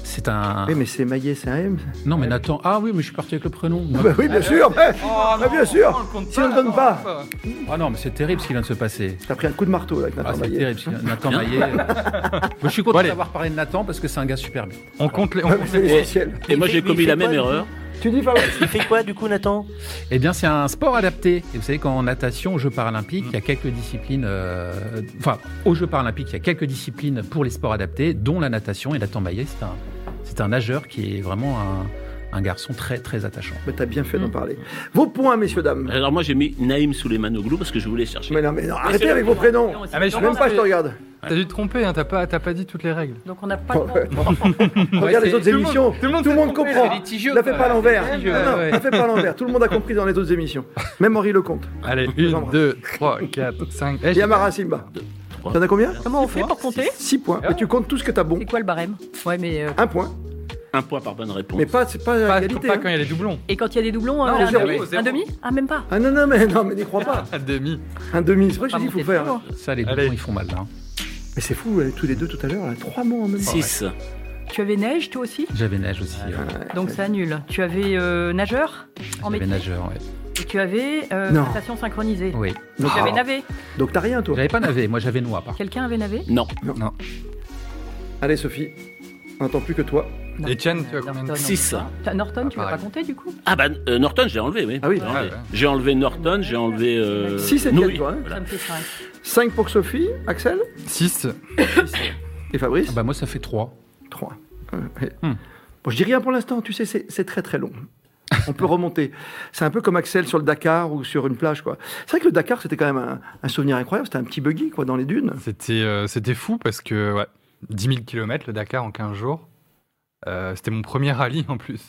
Speaker 4: C'est un...
Speaker 1: Oui, Eh, mais c'est Maillet, c'est un M.
Speaker 4: Non, mais Nathan... Ah oui, mais je suis parti avec le prénom.
Speaker 1: Ah Bah oui, bien sûr ouais. Bah,
Speaker 3: Oh,
Speaker 1: bien sûr Si on le donne pas
Speaker 4: Ah non, mais c'est terrible ce qui vient de se passer.
Speaker 1: T'as pris un coup de marteau là avec Nathan
Speaker 4: Ah, c'est
Speaker 1: Maillet.
Speaker 4: terrible, parce que Nathan Maillet... euh, Je suis content
Speaker 3: Bon, allez.
Speaker 4: d'avoir parlé de Nathan, parce que c'est un gars super bien.
Speaker 3: On compte les. on
Speaker 1: Ouais,
Speaker 3: compte
Speaker 1: mais
Speaker 3: les-
Speaker 1: c'est l'essentiel.
Speaker 5: Et moi,
Speaker 6: Il
Speaker 5: j'ai
Speaker 6: fait-
Speaker 5: commis
Speaker 6: il
Speaker 5: la
Speaker 6: fait
Speaker 5: même
Speaker 6: quoi,
Speaker 5: erreur.
Speaker 1: Tu dis, Fabrice
Speaker 6: Il fait quoi du coup, Nathan
Speaker 4: Eh bien, c'est un sport adapté. Et vous savez qu'en natation, aux Jeux paralympiques, il y a quelques disciplines. euh, enfin, aux Jeux paralympiques, il y a quelques disciplines pour les sports adaptés, dont la natation. Et Nathan Maillet, c'est un, c'est un nageur qui est vraiment un, un garçon très, très attachant.
Speaker 1: Bah, T'as bien fait d'en parler. Vos points, messieurs, dames.
Speaker 5: Alors moi, j'ai mis Naïm Souleymanoglou parce que je voulais chercher.
Speaker 1: Mais non, mais non, arrêtez avec vos prénoms
Speaker 3: Ah, mais je
Speaker 1: Je
Speaker 3: suis
Speaker 1: même pas, je te regarde.
Speaker 3: T'as dû te tromper, hein, t'as pas, t'as pas dit toutes les règles.
Speaker 2: Donc on n'a pas.
Speaker 1: Bon,
Speaker 2: le
Speaker 1: ouais.
Speaker 2: temps.
Speaker 1: Regarde les
Speaker 4: c'est-
Speaker 1: autres
Speaker 4: tout le
Speaker 1: émissions. Tout le monde, comprend.
Speaker 4: c'est litigieux,
Speaker 1: Ne fais
Speaker 4: quoi.
Speaker 1: pas à l'envers.
Speaker 4: C'est
Speaker 1: Non,
Speaker 4: litigieux,
Speaker 1: non,
Speaker 4: ouais.
Speaker 1: ne fais pas à l'envers. Tout le monde a compris dans les autres émissions. Même Henri Lecomte.
Speaker 3: Allez,
Speaker 1: J'en
Speaker 3: 1,
Speaker 1: prends.
Speaker 3: 2, 3, 4, 5.
Speaker 1: Et Amara Simba.
Speaker 5: trois.
Speaker 1: T'en as combien
Speaker 2: Comment on fait pour compter
Speaker 1: 6 points. Et tu comptes tout ce que t'as bon.
Speaker 2: C'est quoi le barème Ouais, mais euh,
Speaker 1: Un point.
Speaker 5: Un point par bonne réponse.
Speaker 1: Mais pas, c'est pas la
Speaker 3: Pas,
Speaker 1: égalité.
Speaker 3: pas
Speaker 1: hein.
Speaker 3: quand il y a les doublons.
Speaker 2: et quand il y a des doublons,
Speaker 3: Non,
Speaker 2: euh, un,
Speaker 1: zéro,
Speaker 2: demi
Speaker 3: zéro.
Speaker 2: un demi Ah, même pas.
Speaker 1: Ah non, non, mais non, mais n'y crois pas.
Speaker 3: À demi.
Speaker 1: Un demi. C'est vrai que
Speaker 2: Pas
Speaker 1: j'ai dit, faut
Speaker 2: monter
Speaker 1: faire.
Speaker 2: trop
Speaker 1: hein.
Speaker 2: loin.
Speaker 4: Ça, les
Speaker 3: Allez.
Speaker 4: boutons, ils font mal, là. hein.
Speaker 1: Mais c'est fou, euh, tous les deux tout à l'heure, là, trois mots en même temps.
Speaker 5: 6.
Speaker 2: Tu avais neige, toi aussi
Speaker 4: J'avais nage aussi. euh,
Speaker 2: Donc ça annule. Tu avais euh, nageur en
Speaker 4: J'avais
Speaker 2: métier.
Speaker 4: nageur, ouais.
Speaker 2: Et tu avais euh,
Speaker 1: Non.
Speaker 2: natation synchronisée.
Speaker 4: Oui.
Speaker 1: Donc,
Speaker 2: Tu avais
Speaker 1: ah,
Speaker 2: navé.
Speaker 1: donc t'as rien, toi.
Speaker 4: J'avais pas navé, moi j'avais noix par contre.
Speaker 2: Quelqu'un avait navé
Speaker 5: Non.
Speaker 1: Allez, Sophie, on n'entend plus que toi.
Speaker 2: Non.
Speaker 3: Etienne, tu as combien de
Speaker 2: Norton,
Speaker 5: Six.
Speaker 2: non. T'as- Norton,
Speaker 3: Ah,
Speaker 2: tu l'as pas
Speaker 3: pareil.
Speaker 2: compté du coup
Speaker 5: Ah bah euh, Norton, j'ai enlevé, oui.
Speaker 1: Ah oui.
Speaker 5: J'ai enlevé.
Speaker 3: Ah ouais.
Speaker 5: J'ai enlevé Norton, j'ai enlevé. Euh,
Speaker 1: Six et
Speaker 5: Noé.
Speaker 1: quatre, toi, hein.
Speaker 5: Voilà.
Speaker 2: Ça me fait cinq.
Speaker 1: 5 pour Sophie, Axel
Speaker 3: 6
Speaker 1: et Fabrice
Speaker 4: Ah bah moi ça fait 3.
Speaker 1: 3. Ouais.
Speaker 4: Hmm.
Speaker 1: Bon, je dis rien pour l'instant, tu sais, c'est c'est très très long. On peut remonter. C'est un peu comme Axel sur le Dakar ou sur une plage, quoi. C'est vrai que le Dakar, c'était quand même un, un souvenir incroyable. C'était un petit buggy, quoi, dans les dunes.
Speaker 3: C'était euh, c'était fou parce que ouais, 10 000 km le Dakar en 15 jours. Euh, c'était mon premier rallye en plus.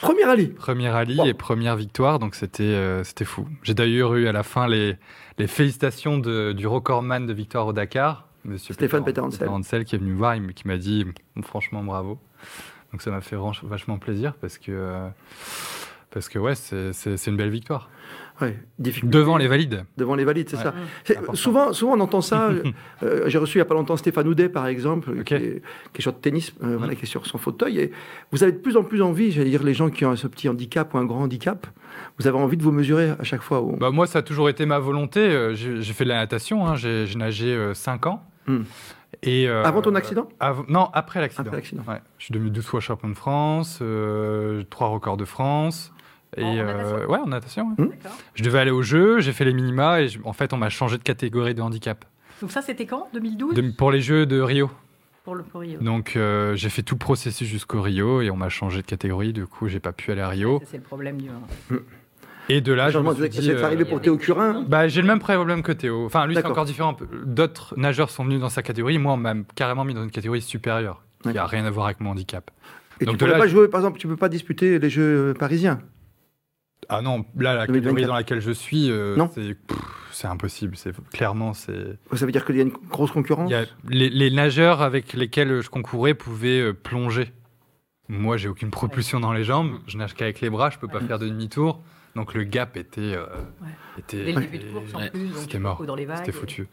Speaker 1: Premier rallye.
Speaker 3: Premier rallye
Speaker 1: Wow.
Speaker 3: et première victoire, donc c'était euh, c'était fou. J'ai d'ailleurs eu à la fin les, les félicitations de- du recordman de victoire au Dakar, monsieur
Speaker 1: Stéphane
Speaker 3: Peter-
Speaker 1: Peter Hansel.
Speaker 3: Peter Hansel, qui est venu me voir, il me- qui m'a dit Bon, franchement bravo. Donc ça m'a fait vach- vachement plaisir parce que, euh, parce que ouais, c'est- c'est c'est une belle victoire.
Speaker 1: Ouais, difficulté.
Speaker 3: Devant les valides.
Speaker 1: Devant les valides, c'est
Speaker 3: Ouais.
Speaker 1: ça. C'est-
Speaker 3: Important.
Speaker 1: souvent, souvent, on entend ça. Euh, J'ai reçu il n'y a pas longtemps Stéphane Houdet, par exemple,
Speaker 3: Ok. Mm.
Speaker 1: qui, est, qui est sur de tennis, euh, voilà, qui est sur son fauteuil. Et vous avez de plus en plus envie, j'allais dire les gens qui ont ce petit handicap ou un grand handicap, vous avez envie de vous mesurer à chaque fois. au-
Speaker 3: Bah, moi, ça a toujours été ma volonté. Euh, J'ai j'ai fait de la natation, hein. j'ai j'ai nagé 5 ans.
Speaker 1: Hmm.
Speaker 3: Et, euh,
Speaker 1: Avant ton accident
Speaker 3: av- Non, après l'accident.
Speaker 1: Après l'accident.
Speaker 3: Ouais. Je suis devenu 12 fois champion de France, 3 records de France. Et,
Speaker 2: En- en
Speaker 3: euh,
Speaker 2: natation
Speaker 3: ouais, en natation. ouais.
Speaker 2: D'accord.
Speaker 3: Je devais aller au jeu, j'ai fait les minima et je- en fait, on m'a changé de catégorie de handicap
Speaker 2: Donc ça, c'était quand 2012
Speaker 3: De- pour les Jeux de Rio.
Speaker 2: pour le pour Rio.
Speaker 3: Donc, euh, j'ai fait tout le processus jusqu'au Rio et on m'a changé de catégorie. Du coup, j'ai pas pu aller à Rio.
Speaker 2: Ça, C'est le problème du.
Speaker 3: Et de là, je
Speaker 1: Changement
Speaker 3: me
Speaker 1: de-
Speaker 3: suis
Speaker 1: c'est
Speaker 3: dit, euh,
Speaker 1: arrivé pour Théo Curin.
Speaker 3: Bah, j'ai le même problème que Théo. Enfin, lui, c'est
Speaker 1: D'accord.
Speaker 3: encore différent. D'autres nageurs sont venus dans sa catégorie. Moi, on m'a carrément mis dans une catégorie supérieure, qui n'a
Speaker 1: D'accord.
Speaker 3: rien à voir avec mon handicap.
Speaker 1: Et
Speaker 3: Donc
Speaker 1: tu
Speaker 3: de
Speaker 1: pourrais
Speaker 3: là,
Speaker 1: pas
Speaker 3: je-
Speaker 1: jouer, par exemple, tu peux pas disputer les Jeux parisiens.
Speaker 3: Ah non, là, la
Speaker 1: 2024.
Speaker 3: catégorie dans laquelle je suis, euh,
Speaker 1: Non.
Speaker 3: c'est pff, c'est impossible. C'est clairement, c'est.
Speaker 1: Ça veut dire qu'il y a une grosse concurrence.
Speaker 3: Il y a- les, les nageurs avec lesquels je concourais pouvaient euh, plonger. Moi, j'ai aucune propulsion dans les jambes. Je nage qu'avec les bras. Je peux pas faire de demi-tour. Donc le gap était. euh,
Speaker 2: Ouais.
Speaker 3: était
Speaker 2: Dès le début de course en
Speaker 5: Ouais.
Speaker 2: plus, donc
Speaker 3: C'était
Speaker 2: tu
Speaker 3: mort.
Speaker 2: cours dans les vagues.
Speaker 3: C'était foutu.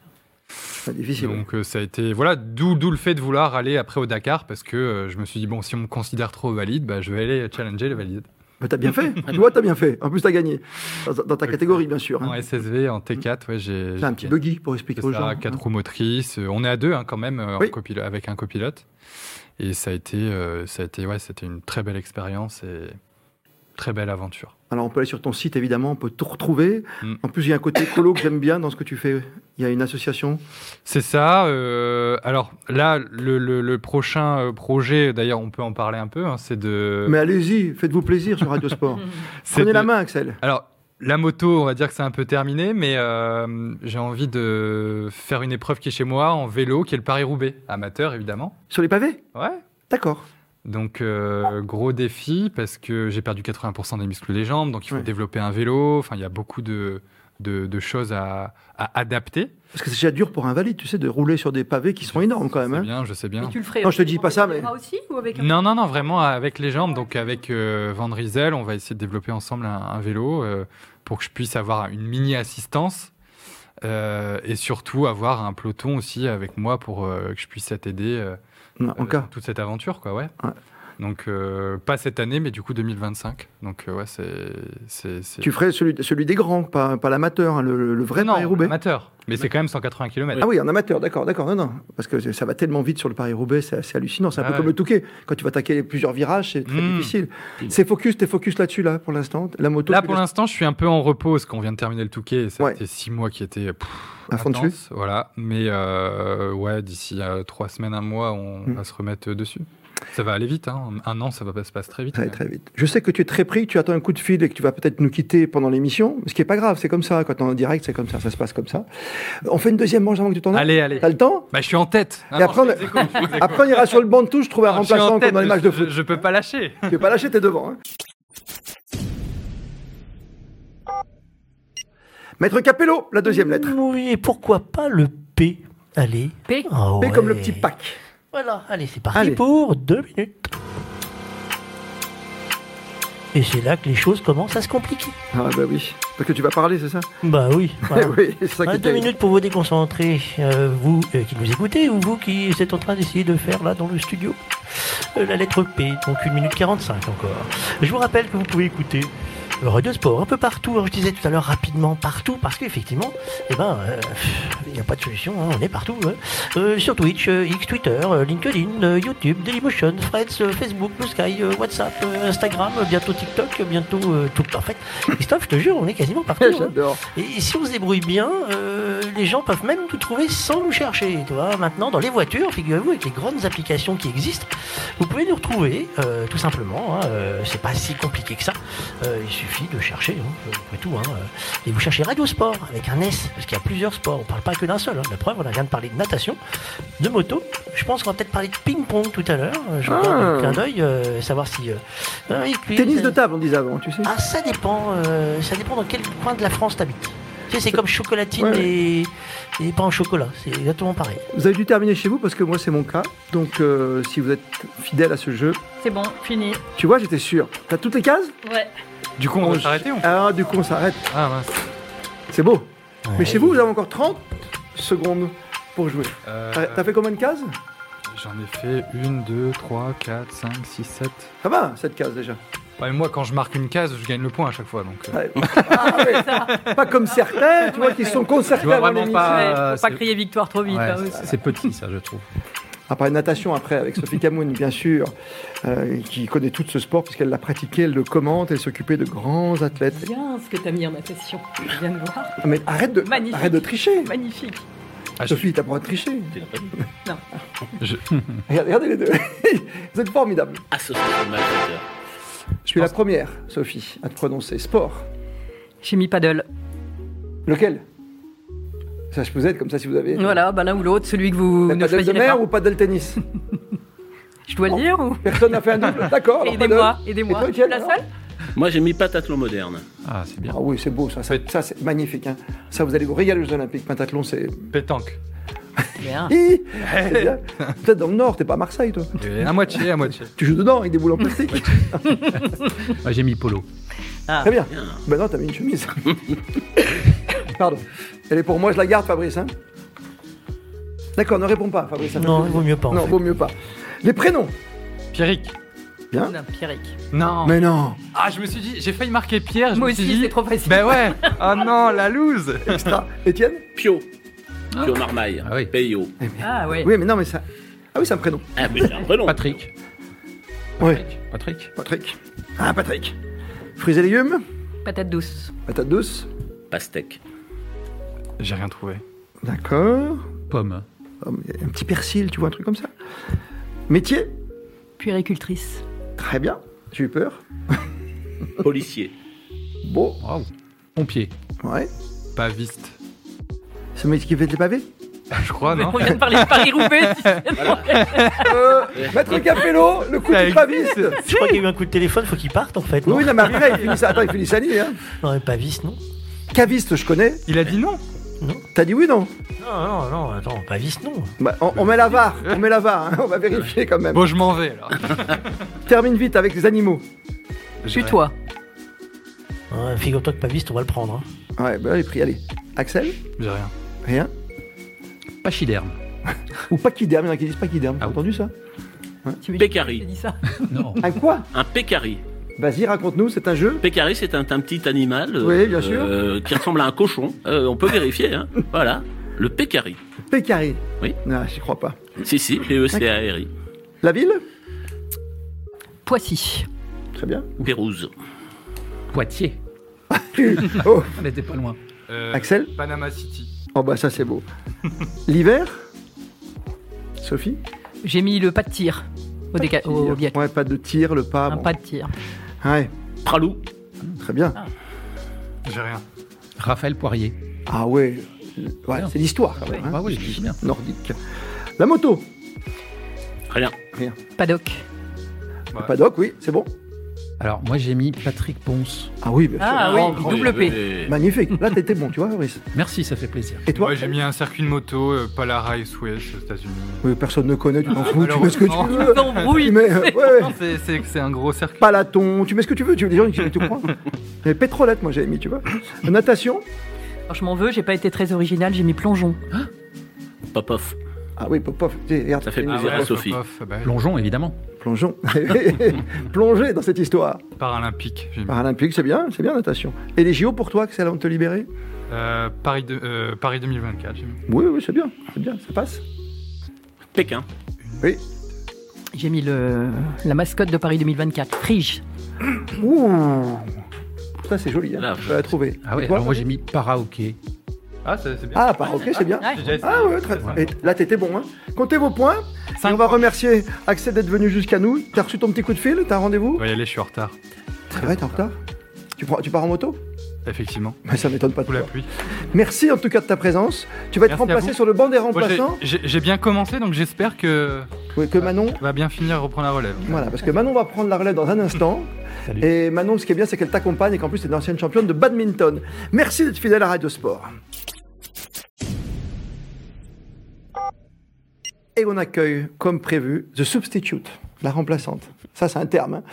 Speaker 1: C'est difficile.
Speaker 3: Donc euh, ça a été voilà d'où d'où le fait de vouloir aller après au Dakar parce que euh, je me suis dit bon si on me considère trop valide bah, je vais aller challenger les valides
Speaker 1: Mais t'as bien fait. tu vois, t'as bien fait. En plus, t'as gagné. Dans, dans ta catégorie, bien sûr. hein.
Speaker 3: en SSV en T4 ouais j'ai
Speaker 1: C'est Mmh. un petit
Speaker 3: j'ai-
Speaker 1: buggy pour expliquer aux
Speaker 3: c'est
Speaker 1: gens. hein.
Speaker 3: ça, quatre roues motrices Euh, on est à deux hein, quand même euh, en
Speaker 1: Oui.
Speaker 3: copilo- avec un copilote et ça a été euh, ça a été ouais c'était une très belle expérience et très belle aventure
Speaker 1: Alors, on peut aller sur ton site, évidemment, on peut tout retrouver.
Speaker 3: Mm.
Speaker 1: En plus, il y a un côté colo que j'aime bien dans ce que tu fais. Il y a une association.
Speaker 3: c'est ça euh, alors là le, le- le prochain euh, projet d'ailleurs on peut en parler un peu hein, c'est de
Speaker 1: Mais allez-y, faites-vous plaisir sur Radio Sport.
Speaker 2: Hmm.
Speaker 3: c'est
Speaker 1: Prenez la
Speaker 3: de-
Speaker 1: main, Axel.
Speaker 3: Alors, la moto, on va dire que c'est un peu terminé, mais euh, j'ai envie de faire une épreuve qui est chez moi en vélo, qui est le Paris-Roubaix, amateur évidemment.
Speaker 1: Sur les pavés
Speaker 3: Ouais.
Speaker 1: D'accord.
Speaker 3: Donc, euh, gros défi parce que j'ai perdu 80% des muscles des jambes, donc il faut
Speaker 1: Ouais.
Speaker 3: développer un vélo. Enfin, il y a beaucoup de, de, de choses à, à adapter.
Speaker 1: Parce que c'est déjà dur pour un valide, tu sais, de rouler sur des pavés qui sont énormes quand même.
Speaker 3: Je sais
Speaker 1: hein.
Speaker 3: bien, je sais
Speaker 2: Et
Speaker 3: bien.
Speaker 2: tu le ferais.
Speaker 1: Non, je te dis
Speaker 2: avec
Speaker 1: pas ça,
Speaker 2: tes
Speaker 1: mais-
Speaker 2: bras aussi ou avec un-
Speaker 3: Non, non, non, vraiment avec les jambes. Donc avec euh, Van Riesel, on va essayer de développer ensemble un, un vélo euh, pour que je puisse avoir une mini assistance euh, et surtout avoir un peloton aussi avec moi pour euh, que je puisse être aidé euh,
Speaker 1: Non, en
Speaker 3: euh,
Speaker 1: cas.
Speaker 3: toute cette aventure, quoi, ouais.
Speaker 1: Ouais.
Speaker 3: Donc euh, pas cette année, mais du coup 2025. Donc euh, ouais, c'est c'est c'est-
Speaker 1: Tu ferais celui, celui des grands, pas, pas l'amateur, hein, le, le vrai
Speaker 3: non,
Speaker 1: Paris-Roubaix.
Speaker 3: amateur. Mais c'est quand même 180 km.
Speaker 1: Ah oui, un amateur, d'accord, d'accord, non, non. Parce que ça va tellement vite sur le Paris-Roubaix, c'est assez hallucinant. C'est un
Speaker 3: Ah
Speaker 1: peu
Speaker 3: ouais.
Speaker 1: comme le Touquet. Quand tu vas attaquer plusieurs virages, c'est très
Speaker 3: Mm.
Speaker 1: difficile. C'est focus, t'es focus là-dessus, là, pour l'instant. La moto,
Speaker 3: Là
Speaker 1: tu
Speaker 3: pour
Speaker 1: laisses
Speaker 3: l'instant, je suis un peu en repos parce qu'on vient de terminer le Touquet. Et ça
Speaker 1: Ouais.
Speaker 3: a été six mois qui étaient pff,
Speaker 1: à fond dessus.
Speaker 3: intense, Voilà, mais euh, ouais, d'ici euh, trois semaines, un mois, on
Speaker 1: Mm.
Speaker 3: va se remettre euh, dessus. Ça va aller vite, hein. un an, ça va pas se passer très vite.
Speaker 1: Ça va
Speaker 3: mais-
Speaker 1: très vite. Je sais que tu es très pris, tu attends un coup de fil et que tu vas peut-être nous quitter pendant l'émission, ce qui est pas grave, c'est comme ça. Quand on est en direct, c'est comme ça, ça se passe comme ça. On fait une deuxième manche avant que tu t'en ailles.
Speaker 3: Allez, allez.
Speaker 1: T'as le temps
Speaker 3: Bah, je suis en tête. Ah
Speaker 1: Et
Speaker 3: non,
Speaker 1: après,
Speaker 3: je
Speaker 1: on-
Speaker 3: vous écoute, je vous écoute.
Speaker 1: Après, on ira sur le banc de touche, je trouverai un
Speaker 3: Non, je suis en
Speaker 1: remplaçant comme
Speaker 3: tête,
Speaker 1: dans les matchs de
Speaker 3: je-
Speaker 1: foot.
Speaker 3: Je peux pas lâcher.
Speaker 1: Tu peux pas lâcher, t'es devant. hein. Maître Capello, la deuxième lettre.
Speaker 6: Oui, et pourquoi pas le P Allez.
Speaker 2: P.
Speaker 6: Ah
Speaker 1: P
Speaker 6: ouais.
Speaker 1: comme le petit pack.
Speaker 6: Voilà, allez, c'est parti
Speaker 1: Allez.
Speaker 6: pour deux minutes. Et c'est là que les choses commencent à se compliquer.
Speaker 1: Ah bah oui, parce que tu vas parler, c'est ça
Speaker 6: Bah oui. voilà.
Speaker 1: Oui, c'est ça
Speaker 6: Ah,
Speaker 1: qui
Speaker 6: deux
Speaker 1: t'est-
Speaker 6: minutes pour vous déconcentrer, euh, vous euh, qui nous écoutez ou vous qui êtes en train d'essayer de faire là dans le studio euh, la lettre P, donc 1 minute 45 encore. Je vous rappelle que vous pouvez écouter Radio Sport, un peu partout. hein. Je disais tout à l'heure rapidement partout parce qu'effectivement, eh ben, euh, il n'y a pas de solution. hein, On est partout. hein. Euh, sur Twitch, euh, X, Twitter, euh, LinkedIn, euh, YouTube, Dailymotion, Freds, euh, Facebook, Blue Sky, euh, WhatsApp, euh, Instagram, euh, bientôt TikTok, euh, bientôt euh, tout. En fait, Christophe, je te jure, on est quasiment partout. hein.
Speaker 1: J'adore.
Speaker 6: Et, et si on se débrouille bien, euh, les gens peuvent même nous trouver sans nous chercher. Tu vois, maintenant, dans les voitures, figurez-vous, avec les grandes applications qui existent, vous pouvez nous retrouver, euh, tout simplement. hein, euh, c'est pas si compliqué que ça. Euh, il suffit de chercher, hein, après tout. hein, euh. et vous cherchez Radio Sport avec un S, parce qu'il y a plusieurs sports. On parle pas que d'un seul. hein. La preuve, on vient de parler de natation, de moto. Je pense qu'on va peut-être parler de ping-pong tout à l'heure. Euh, Je vais
Speaker 1: Ah.
Speaker 6: un clin d'œil, euh, savoir si. euh, ah, et puis,
Speaker 1: Tennis de
Speaker 6: euh,
Speaker 1: table, on disait avant, tu sais.
Speaker 6: ah, ça dépend. euh, ça dépend dans quel coin de la France t'habites. Tu sais, c'est comme chocolatine
Speaker 1: Ouais.
Speaker 6: et, et pain au chocolat. C'est exactement pareil.
Speaker 1: Vous avez dû terminer chez vous parce que moi, c'est mon cas. Donc, euh, si vous êtes fidèle à ce jeu,
Speaker 7: C'est bon, fini.
Speaker 1: tu vois, j'étais sûr. T'as toutes les cases
Speaker 7: Ouais.
Speaker 3: Du coup, on va s'arrêter ou
Speaker 1: Ah, du coup, on s'arrête.
Speaker 3: Ah mince.
Speaker 1: C'est beau. Mais chez vous, vous avez encore 30 secondes pour jouer.
Speaker 3: Euh,
Speaker 1: T'as t'as fait combien de cases
Speaker 3: J'en ai fait une, deux, trois, quatre, cinq, six, sept.
Speaker 1: Ça va, cette case déjà.
Speaker 3: Ouais, mais moi, quand je marque une case, je gagne le point à chaque fois. Donc, euh,
Speaker 1: Ouais. Ah, ouais. Pas comme certains, tu vois, qui sont
Speaker 3: je
Speaker 1: concertés
Speaker 3: vois
Speaker 1: avant
Speaker 3: vraiment
Speaker 1: l'émission.
Speaker 2: Ouais,
Speaker 3: pas.
Speaker 2: faut pas
Speaker 3: c'est-
Speaker 2: crier victoire trop vite.
Speaker 3: Ouais,
Speaker 2: hein, aussi.
Speaker 4: C'est petit, ça, je trouve.
Speaker 1: On parler de natation après avec Sophie Camoun, bien sûr, euh, qui connaît tout ce sport puisqu'elle l'a pratiqué, elle le commente, elle s'occupait de grands athlètes.
Speaker 7: Bien ce que t'as mis en attention. Je viens de voir.
Speaker 1: Ah, mais arrête de,
Speaker 7: Magnifique.
Speaker 1: arrête de tricher.
Speaker 7: Magnifique.
Speaker 3: Ah, je-
Speaker 1: Sophie, t'as pas le droit de tricher.
Speaker 3: je-
Speaker 1: Regardez, regardez les deux. Vous êtes formidables.
Speaker 5: Ah, ce serait mal, d'ailleurs.
Speaker 1: Je suis la première, Sophie, à te prononcer. Sport.
Speaker 2: J'ai mis paddle.
Speaker 1: Lequel Ça, je peux être comme ça si vous avez.
Speaker 2: Voilà, bah l'un ou l'autre, celui que vous
Speaker 1: Pas
Speaker 2: ne
Speaker 1: de
Speaker 2: choisirez
Speaker 1: mer
Speaker 2: pas.
Speaker 1: ou pas de tennis
Speaker 2: Je dois le dire ou
Speaker 1: Personne n'a fait un double. D'accord. alors paddle.
Speaker 2: Aidez-moi, aidez-moi.
Speaker 1: Et toi, hein Étienne,
Speaker 2: La
Speaker 1: alors
Speaker 2: seule
Speaker 5: Moi, j'ai mis patathlon moderne.
Speaker 4: Ah, c'est bien.
Speaker 1: Ah oui, c'est beau ça. Ça, ça, c'est magnifique. hein. Ça, vous allez vous régaler aux Jeux Olympiques. Pentathlon, c'est.
Speaker 3: Pétanque.
Speaker 2: Bien.
Speaker 1: Hi C'est bien. Peut-être dans le Nord, t'es pas à Marseille, toi.
Speaker 3: Et à moitié, à moitié.
Speaker 1: Tu joues dedans avec des boules en plastique.
Speaker 4: Moi, j'ai mis polo.
Speaker 1: Très bien. Ben non, t'as mis une chemise. Pardon. Elle est pour moi, je la garde, Fabrice. hein. D'accord, ne réponds pas, Fabrice. ça fait
Speaker 6: Non,
Speaker 1: plaisir.
Speaker 6: vaut mieux pas, en
Speaker 1: Non,
Speaker 6: fait.
Speaker 1: vaut mieux pas. Les prénoms.
Speaker 3: Pierrick.
Speaker 1: Bien.
Speaker 2: Non, Pierrick.
Speaker 3: Non.
Speaker 1: Mais non.
Speaker 3: Ah, je me suis dit, j'ai failli marquer Pierre. Je
Speaker 2: Moi
Speaker 3: me suis
Speaker 2: aussi,
Speaker 3: dit-
Speaker 2: c'est trop facile.
Speaker 3: Ben ouais. Ah non, la loose.
Speaker 1: Extra. Étienne.
Speaker 5: Pio. Pio Marmaille.
Speaker 4: Ah oui.
Speaker 5: Peyo.
Speaker 6: Eh,
Speaker 2: Ah ouais.
Speaker 1: Oui, mais non, mais ça. Ah oui, c'est un prénom.
Speaker 5: Ah, mais c'est un prénom.
Speaker 4: Patrick.
Speaker 1: Oui.
Speaker 4: Patrick.
Speaker 1: Patrick. Ah, Patrick. Fruits et légumes.
Speaker 2: Patate douce.
Speaker 1: Patate douce.
Speaker 5: Pastèque.
Speaker 3: J'ai rien trouvé.
Speaker 1: D'accord.
Speaker 4: Pomme.
Speaker 1: Oh, mais Un petit persil, tu vois, un truc comme ça. Métier.
Speaker 2: Puéricultrice.
Speaker 1: Très bien. J'ai eu peur.
Speaker 5: Policier.
Speaker 1: Bon,
Speaker 4: Waouh. Pompier.
Speaker 1: ouais.
Speaker 3: Paviste.
Speaker 1: Ce métier qui fait des pavés.
Speaker 3: Je crois, non
Speaker 2: On vient de parler de Paris-Roubaix.
Speaker 1: Euh, Maître Capello, le coup
Speaker 3: Ça
Speaker 1: du paviste.
Speaker 6: Je crois qu'il y a eu un coup de téléphone, faut qu'il parte en fait.
Speaker 1: Oui,
Speaker 6: Non,
Speaker 1: oui, non, mais arrivé, il finit ça. Attends, il finit sa nuit, hein.
Speaker 6: non pas vis, non
Speaker 1: Caviste, je connais.
Speaker 3: Il a dit non.
Speaker 1: T'as dit oui, non
Speaker 6: Non, non, non, attends, pas vis, non.
Speaker 1: Bah, on, on met la barre, on met la barre, hein, on va vérifier quand même.
Speaker 3: Bon, je m'en vais alors.
Speaker 1: Termine vite avec les animaux.
Speaker 2: Je toi.
Speaker 6: Hein, Figure-toi que pas vis, on va le prendre. hein.
Speaker 1: Ouais, bah, les prix, allez. Axel
Speaker 3: J'ai rien.
Speaker 1: Rien
Speaker 4: Pachyderme.
Speaker 1: Ou pachyderme, il y en a qui disent pachyderme. T'as
Speaker 4: Ah oui.
Speaker 1: entendu ça
Speaker 5: Pécari.
Speaker 2: J'ai dit ça.
Speaker 4: Non.
Speaker 1: Un quoi
Speaker 5: Un pécari.
Speaker 1: Vas-y, raconte-nous, c'est un jeu
Speaker 5: Pécari, c'est un, un petit animal euh,
Speaker 1: Oui, bien sûr.
Speaker 5: euh, qui ressemble à un cochon. Euh, on peut vérifier. Hein. Voilà. Le pécari.
Speaker 1: Pécari.
Speaker 5: Oui.
Speaker 1: Non, Ah, j'y crois pas.
Speaker 5: Si, si, E P-E-C-A-R-I.
Speaker 1: La ville
Speaker 2: Poissy.
Speaker 1: Très bien.
Speaker 5: Pérouse.
Speaker 4: Poitiers.
Speaker 1: Oh,
Speaker 4: On n'était pas loin.
Speaker 3: Euh,
Speaker 1: Axel
Speaker 3: Panama City.
Speaker 1: oh bah ça, c'est beau. L'hiver Sophie
Speaker 2: J'ai mis le pas de tir au, déca... au biathlon.
Speaker 1: euh, Ouais, pas de tir, le pas.
Speaker 2: Un
Speaker 1: bon.
Speaker 2: pas de Ah. tir.
Speaker 1: Ouais,
Speaker 5: Pralou.
Speaker 1: très bien.
Speaker 3: J'ai rien.
Speaker 4: Raphaël Poirier.
Speaker 1: Ah ouais, ouais
Speaker 4: Bien.
Speaker 1: c'est l'histoire quand même, hein,
Speaker 4: Ah oui, c'est bien.
Speaker 1: nordique. La moto,
Speaker 5: Rien.
Speaker 2: Paddock.
Speaker 1: le paddock, oui, c'est bon.
Speaker 4: Alors, moi, j'ai mis Patrick Ponce.
Speaker 1: Ah oui, bien sûr.
Speaker 2: Ah oui,
Speaker 1: Grand, grand.
Speaker 2: double P.
Speaker 1: Magnifique, là t'étais bon, tu vois, Fabrice.
Speaker 4: Merci, ça fait plaisir.
Speaker 1: Et toi
Speaker 3: Moi, j'ai mis un circuit de moto, euh, Palara Raceway aux États-Unis.
Speaker 1: Oui, Personne ne connaît, tu t'en fous, tu mets ce que tu veux.
Speaker 2: Ils s'embrouillent.
Speaker 1: Tu mets, euh, ouais, ouais.
Speaker 3: Non, c'est- C'est c'est un gros circuit.
Speaker 1: Palaton, tu mets ce que tu veux, tu veux les gens qui tout prends. Mais pétrolette, moi j'avais mis, tu vois. Natation,
Speaker 2: Alors, je m'en veux, j'ai pas été très original, j'ai mis plongeon.
Speaker 5: Popov.
Speaker 1: ah oui, pop, pop, tu sais, regarde,
Speaker 5: Ça fait
Speaker 1: c'est-
Speaker 5: plaisir.
Speaker 1: c'est-
Speaker 5: Sophie.
Speaker 3: Popoff, bah,
Speaker 4: Plongeon, évidemment.
Speaker 1: Plongeons. Plongez dans cette histoire.
Speaker 3: Paralympique. j'ai mis.
Speaker 1: Paralympique, c'est bien, c'est bien, natation. Et les JO pour toi, que c'est avant de te libérer
Speaker 3: Euh, Paris, de- euh, Paris 2024. j'ai mis.
Speaker 1: Oui, oui, c'est bien, c'est bien, ça passe.
Speaker 5: Pékin.
Speaker 1: Oui.
Speaker 2: J'ai mis le, la mascotte de Paris 2024, Frige.
Speaker 1: Ouh Ça, c'est joli, hein.
Speaker 5: Large.
Speaker 1: je vais la trouver.
Speaker 4: Ah
Speaker 1: Et
Speaker 4: ouais,
Speaker 1: toi,
Speaker 4: alors moi
Speaker 1: Fabien
Speaker 4: j'ai mis paraoké.
Speaker 3: Ah, c'est c'est bien.
Speaker 1: Ah, par ok, c'est bien.
Speaker 2: Ouais.
Speaker 3: J'ai déjà essayé.
Speaker 1: Ah ouais, très
Speaker 4: Ouais.
Speaker 1: Et là, t'étais bon, hein. Comptez vos points. Et
Speaker 3: Cinq
Speaker 1: on va remercier Axel d'être venu jusqu'à nous. T'as reçu ton petit coup de fil T'as un rendez-vous
Speaker 3: On va y aller, je suis en retard.
Speaker 1: C'est vrai, t'es en retard tu, prends- tu pars en moto
Speaker 3: Effectivement.
Speaker 1: Mais ça m'étonne pas de
Speaker 3: Sous la
Speaker 1: toi.
Speaker 3: pluie.
Speaker 1: Merci en tout cas de ta présence. Tu vas être
Speaker 3: Merci à
Speaker 1: remplacé
Speaker 3: vous.
Speaker 1: sur le banc des
Speaker 3: Moi, j'ai-
Speaker 1: remplaçants.
Speaker 3: J'ai j'ai bien commencé, donc j'espère que
Speaker 1: Oui, que Manon
Speaker 3: va bien finir, reprendre la relève.
Speaker 1: Voilà, parce que Manon va prendre la relève dans un instant.
Speaker 4: Salut.
Speaker 1: Et Manon, ce qui est bien, c'est qu'elle t'accompagne et qu'en plus, tu es une ancienne championne de badminton. Merci d'être fidèle à Radio Sport. Et on accueille, comme prévu, The Substitute, la remplaçante. Ça, c'est un terme. hein.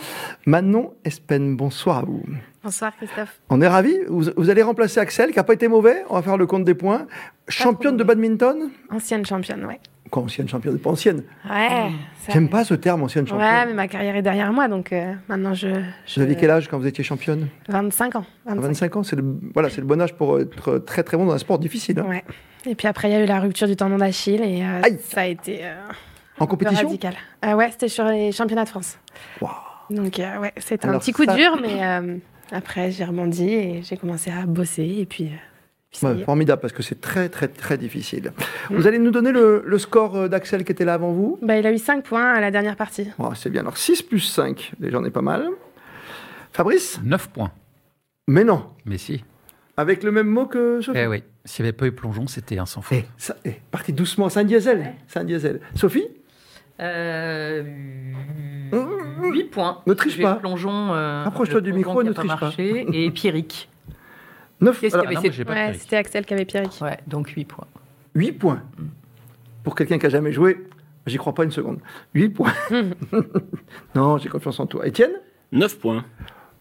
Speaker 1: Manon Espen, bonsoir à vous.
Speaker 8: Bonsoir Christophe.
Speaker 1: On est ravis. Vous, vous allez remplacer Axel, qui n'a pas été mauvais. On va faire le compte des points. Championne de badminton
Speaker 8: Ancienne championne, ouais.
Speaker 1: Quoi, ancienne championne Pas ancienne.
Speaker 8: Ouais. ça-
Speaker 1: J'aime pas ce terme, ancienne championne.
Speaker 8: Ouais, mais ma carrière est derrière moi, donc euh, maintenant je. je-
Speaker 1: Vous aviez quel âge quand vous étiez championne
Speaker 8: 25 ans.
Speaker 1: À
Speaker 8: 25.
Speaker 1: 25 ans, c'est le, voilà, c'est le bon âge pour euh, être très très bon dans un sport difficile. hein.
Speaker 8: Ouais. Et puis après, il y a eu la rupture du tendon d'Achille et euh,
Speaker 1: Aïe.
Speaker 8: ça a été euh, un
Speaker 1: En
Speaker 8: peu
Speaker 1: compétition
Speaker 8: radical. Ah ouais, c'était sur les championnats de France.
Speaker 1: Waouh.
Speaker 8: Donc euh, ouais, c'était un
Speaker 1: Alors
Speaker 8: petit coup
Speaker 1: ça-
Speaker 8: dur, mais euh, après j'ai rebondi et j'ai commencé à bosser et puis. euh, puis ça
Speaker 1: Ouais,
Speaker 8: y est. Mm.
Speaker 1: Formidable, parce que c'est très très très difficile. Vous allez nous donner le, le score euh, d'Axel qui était là avant vous
Speaker 8: Bah, il a eu 5 points à la dernière partie.
Speaker 1: Oh, C'est bien, alors 6 plus 5, déjà on est pas mal. Fabrice
Speaker 4: 9 points.
Speaker 1: Mais non,
Speaker 4: Mais si.
Speaker 1: avec le même mot que Sophie.
Speaker 4: Eh oui. S'il n'y avait pas eu plongeon, c'était un sans faute.
Speaker 1: Eh, ça- eh, partez doucement, c'est un diesel. C'est un diesel. Sophie
Speaker 2: Euh,
Speaker 1: Mmh,
Speaker 2: 8 points.
Speaker 1: Ne triche
Speaker 2: Je vais
Speaker 1: pas.
Speaker 2: Plongeon. euh,
Speaker 1: Approche-toi du
Speaker 2: le plongeon
Speaker 1: micro,
Speaker 2: qui
Speaker 1: ne
Speaker 2: a pas
Speaker 1: triche pas.
Speaker 2: marché, Et Pierrick.
Speaker 1: 9,
Speaker 2: Qu'est-ce qu'il y avait
Speaker 4: Ah non,
Speaker 2: c'est-
Speaker 4: moi, j'ai pas
Speaker 8: Ouais,
Speaker 4: de
Speaker 8: c'était Axel qui avait Pierrick.
Speaker 2: Ouais, donc 8 points.
Speaker 1: 8 points. Pour quelqu'un qui a jamais joué, j'y crois pas une seconde. 8 points. non, j'ai confiance en toi. Étienne
Speaker 5: 9 points.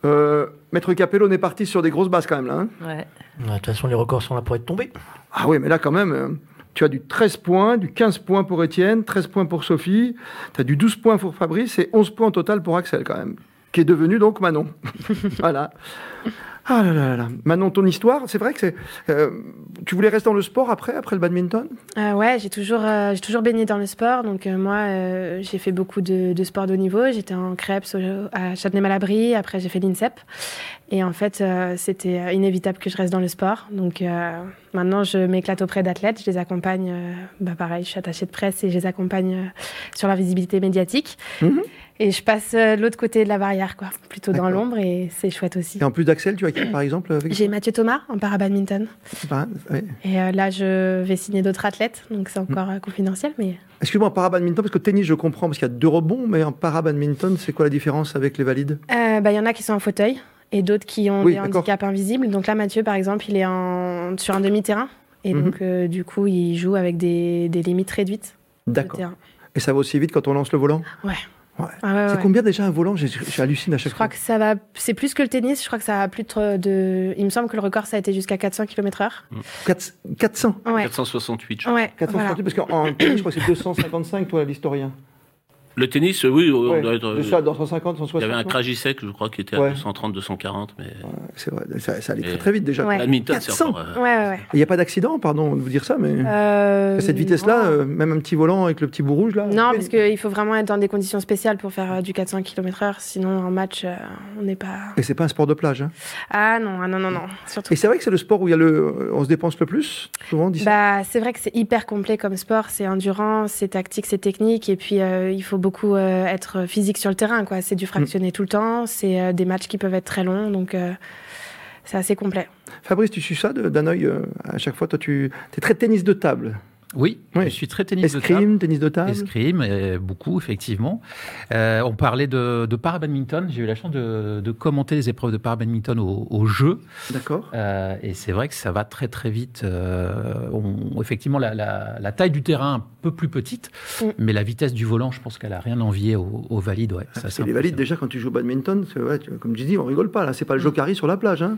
Speaker 1: Euh, Maître Capello, on est parti sur des grosses bases quand même là. hein.
Speaker 2: Ouais.
Speaker 6: Ouais, De toute façon, les records sont là pour être tombés.
Speaker 1: ah oui, mais là quand même, euh, tu as du 13 points, du 15 points pour Étienne, 13 points pour Sophie, tu as du 12 points pour Fabrice et 11 points en total pour Axel quand même, qui est devenu donc Manon. voilà. Ah là là là là. Manon, ton histoire, c'est vrai que c'est. euh, tu voulais rester dans le sport après, après le badminton
Speaker 8: Euh, ouais, j'ai toujours, euh, j'ai toujours baigné dans le sport. Donc, euh, moi, euh, j'ai fait beaucoup de, de sport de haut niveau. J'étais en Krebs au- à Châtenay-Malabry. Après, j'ai fait l'INSEP. Et en fait, euh, c'était euh, inévitable que je reste dans le sport. Donc, euh, maintenant, je m'éclate auprès d'athlètes. Je les accompagne. euh, bah, pareil, je suis attachée de presse et je les accompagne euh, sur leur visibilité médiatique.
Speaker 1: Mhm.
Speaker 8: Et je passe euh, de l'autre côté de la barrière, quoi. Plutôt dans
Speaker 1: D'accord.
Speaker 8: l'ombre. Et c'est chouette aussi.
Speaker 1: Et en plus d'Axel, tu as qui par exemple avec... Ah,
Speaker 8: J'ai Mathieu Thomas en para-badminton.
Speaker 1: Par- ouais.
Speaker 8: Et euh, là, je vais signer d'autres athlètes. Donc, c'est encore
Speaker 1: Mhm.
Speaker 8: euh, confidentiel, mais...
Speaker 1: Excuse-moi, en para-badminton, parce que tennis, je comprends, parce qu'il y a deux rebonds, mais en para-badminton, c'est quoi la différence avec les valides
Speaker 8: Euh, bah, Il y en a qui sont en fauteuil et d'autres qui ont
Speaker 1: Oui,
Speaker 8: des
Speaker 1: d'accord.
Speaker 8: handicaps invisibles. Donc là, Mathieu, par exemple, il est en... sur un demi-terrain. Et
Speaker 1: Mhm.
Speaker 8: donc, euh, du coup, il joue avec des, des limites réduites. de
Speaker 1: D'accord.
Speaker 8: terrain.
Speaker 1: Et ça va aussi vite quand on lance le volant
Speaker 8: Ah ouais, ouais,
Speaker 1: C'est
Speaker 8: ouais.
Speaker 1: combien déjà un volant J'ai- J'hallucine à
Speaker 8: Je
Speaker 1: chaque fois.
Speaker 8: crois que ça va. C'est plus que le tennis. Je crois que ça a plus de. de- Il me semble que le record, ça a été jusqu'à 400 km/h.
Speaker 1: Quatre- 400.
Speaker 8: Ouais.
Speaker 5: 468. je crois.
Speaker 8: Ouais.
Speaker 1: 400
Speaker 8: voilà.
Speaker 1: parce qu'en tennis, je crois que c'est 255, toi, l'historien.
Speaker 5: Le tennis, euh, oui, on
Speaker 1: Ouais,
Speaker 5: doit être, euh,
Speaker 1: 200, 250,
Speaker 5: Il
Speaker 1: 160.
Speaker 5: y avait un
Speaker 1: non
Speaker 5: Krajicek, je crois, qui était à
Speaker 1: Ouais.
Speaker 5: 230, 240, mais
Speaker 1: C'est vrai, ça, ça allait très
Speaker 5: Et-
Speaker 1: très vite déjà.
Speaker 8: Ouais.
Speaker 5: badminton, c'est
Speaker 1: 400.
Speaker 5: encore. euh,
Speaker 8: Ouais, ouais, ouais.
Speaker 1: Il n'y a pas d'accident, pardon de vous dire ça, mais
Speaker 8: Euh,
Speaker 1: à cette vitesse-là,
Speaker 8: non.
Speaker 1: euh, même un petit volant avec le petit bout rouge, là.
Speaker 8: Non, parce qu'il faut vraiment être dans des conditions spéciales pour faire euh, du 400 km/h. Sinon, en match, euh, on n'est pas.
Speaker 1: Et c'est pas un sport de plage. hein.
Speaker 8: Ah non, ah non, non, non. Surtout
Speaker 1: Et c'est vrai que c'est le sport où il y a le, euh, on se dépense le plus, souvent, on dit ça.
Speaker 8: Bah, c'est vrai que c'est hyper complet comme sport, c'est endurant, c'est tactique, c'est technique, et puis euh, il faut beaucoup euh, être physique sur le terrain, quoi. C'est du fractionné tout le temps, c'est euh, des matchs qui peuvent être très longs, donc euh, c'est assez complet.
Speaker 1: Fabrice, tu suis ça de- d'un œil euh, à chaque fois. Toi, tu es très tennis de table.
Speaker 4: Oui,
Speaker 1: Oui.
Speaker 4: je suis très tennis de table.
Speaker 1: Escrime, tennis de table.
Speaker 4: Escrime, euh, beaucoup, effectivement. Euh, on parlait de, de para-badminton. J'ai eu la chance de, de commenter les épreuves de para-badminton au, au jeu.
Speaker 1: D'accord.
Speaker 4: Euh, et c'est vrai que ça va très, très vite. Euh, on- effectivement, la, la- la taille du terrain un peu plus petite,
Speaker 8: Mm.
Speaker 4: mais la vitesse du volant, je pense qu'elle a rien envié aux, aux valides. Ouais, Ça,
Speaker 1: Parce
Speaker 4: c'est
Speaker 1: que les valides,
Speaker 4: impressionnant.
Speaker 1: déjà, quand tu joues au badminton, c'est- ouais, tu- comme tu dis, on rigole pas. Là, c'est pas le jokari sur la plage. hein.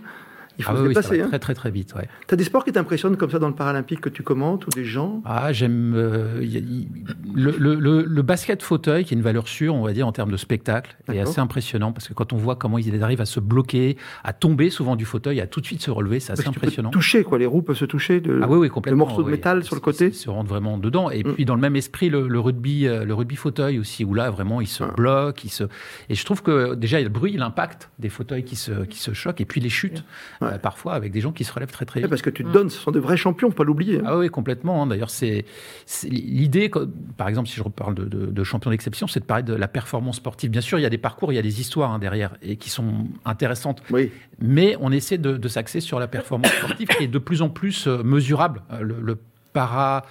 Speaker 1: Il faut
Speaker 4: Mm. Ah
Speaker 1: se
Speaker 4: oui, oui, ça
Speaker 1: déplacer.
Speaker 4: va
Speaker 1: hein.
Speaker 4: très très très vite. Ouais.
Speaker 1: T'as des sports qui t'impressionnent comme ça dans le paralympique que tu commentes ou des gens
Speaker 4: Ah, j'aime euh, y a- y- le, le- le- le basket fauteuil, qui est une valeur sûre, on va dire, en termes de spectacle, est
Speaker 1: D'accord.
Speaker 4: assez impressionnant parce que quand on voit comment ils arrivent à se bloquer, à tomber souvent du fauteuil, à tout de suite se relever, c'est assez
Speaker 1: Parce que tu peux
Speaker 4: impressionnant.
Speaker 1: toucher quoi, les roues peuvent se toucher. De...
Speaker 4: Ah oui, oui, complètement.
Speaker 1: Le morceau de
Speaker 4: oui.
Speaker 1: métal sur le côté.
Speaker 4: Ils se rentrent vraiment dedans. Et
Speaker 1: Mm.
Speaker 4: puis, dans le même esprit, le, le rugby, euh, le rugby fauteuil aussi, où là, vraiment, ils se
Speaker 1: Ah.
Speaker 4: bloquent. Ils se... Et je trouve que déjà, il y a le bruit, l'impact des fauteuils qui se, qui se choquent. Et puis, les chutes,
Speaker 1: Mm. Ouais. Eh ben,
Speaker 4: euh, parfois, avec des gens qui se relèvent très, très
Speaker 1: Ouais,
Speaker 4: vite.
Speaker 1: Parce que tu te donnes, ce sont des vrais champions, faut pas l'oublier. hein.
Speaker 4: Ah oui, complètement. hein. D'ailleurs, c'est c'est l'idée, que- par exemple, si je reparle de, de, de champion d'exception, c'est de parler de la performance sportive. Bien sûr, il y a des parcours, il y a des histoires hein, derrière et qui sont intéressantes,
Speaker 1: Oui.
Speaker 4: mais on essaie de, de s'axer sur la performance sportive qui est de plus en plus euh, mesurable. Euh, Le, le para-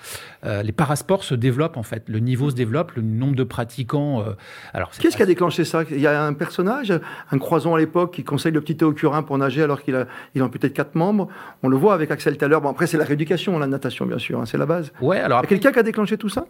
Speaker 4: euh, les parasports se développent en fait, le niveau se développe, le nombre de pratiquants. euh, alors, c'est
Speaker 1: Qu'est-ce
Speaker 4: pas-
Speaker 1: qui a déclenché ça Il y a un personnage, un croison à l'époque, qui conseille le petit Théo Curin pour nager alors qu'il a, il en peut-être quatre membres. On le voit avec Axel tout à l'heure. Bon, après, c'est la rééducation, la natation, bien sûr, hein, c'est la base.
Speaker 4: Ouais, alors
Speaker 1: Il y a quelqu'un qui a déclenché tout ça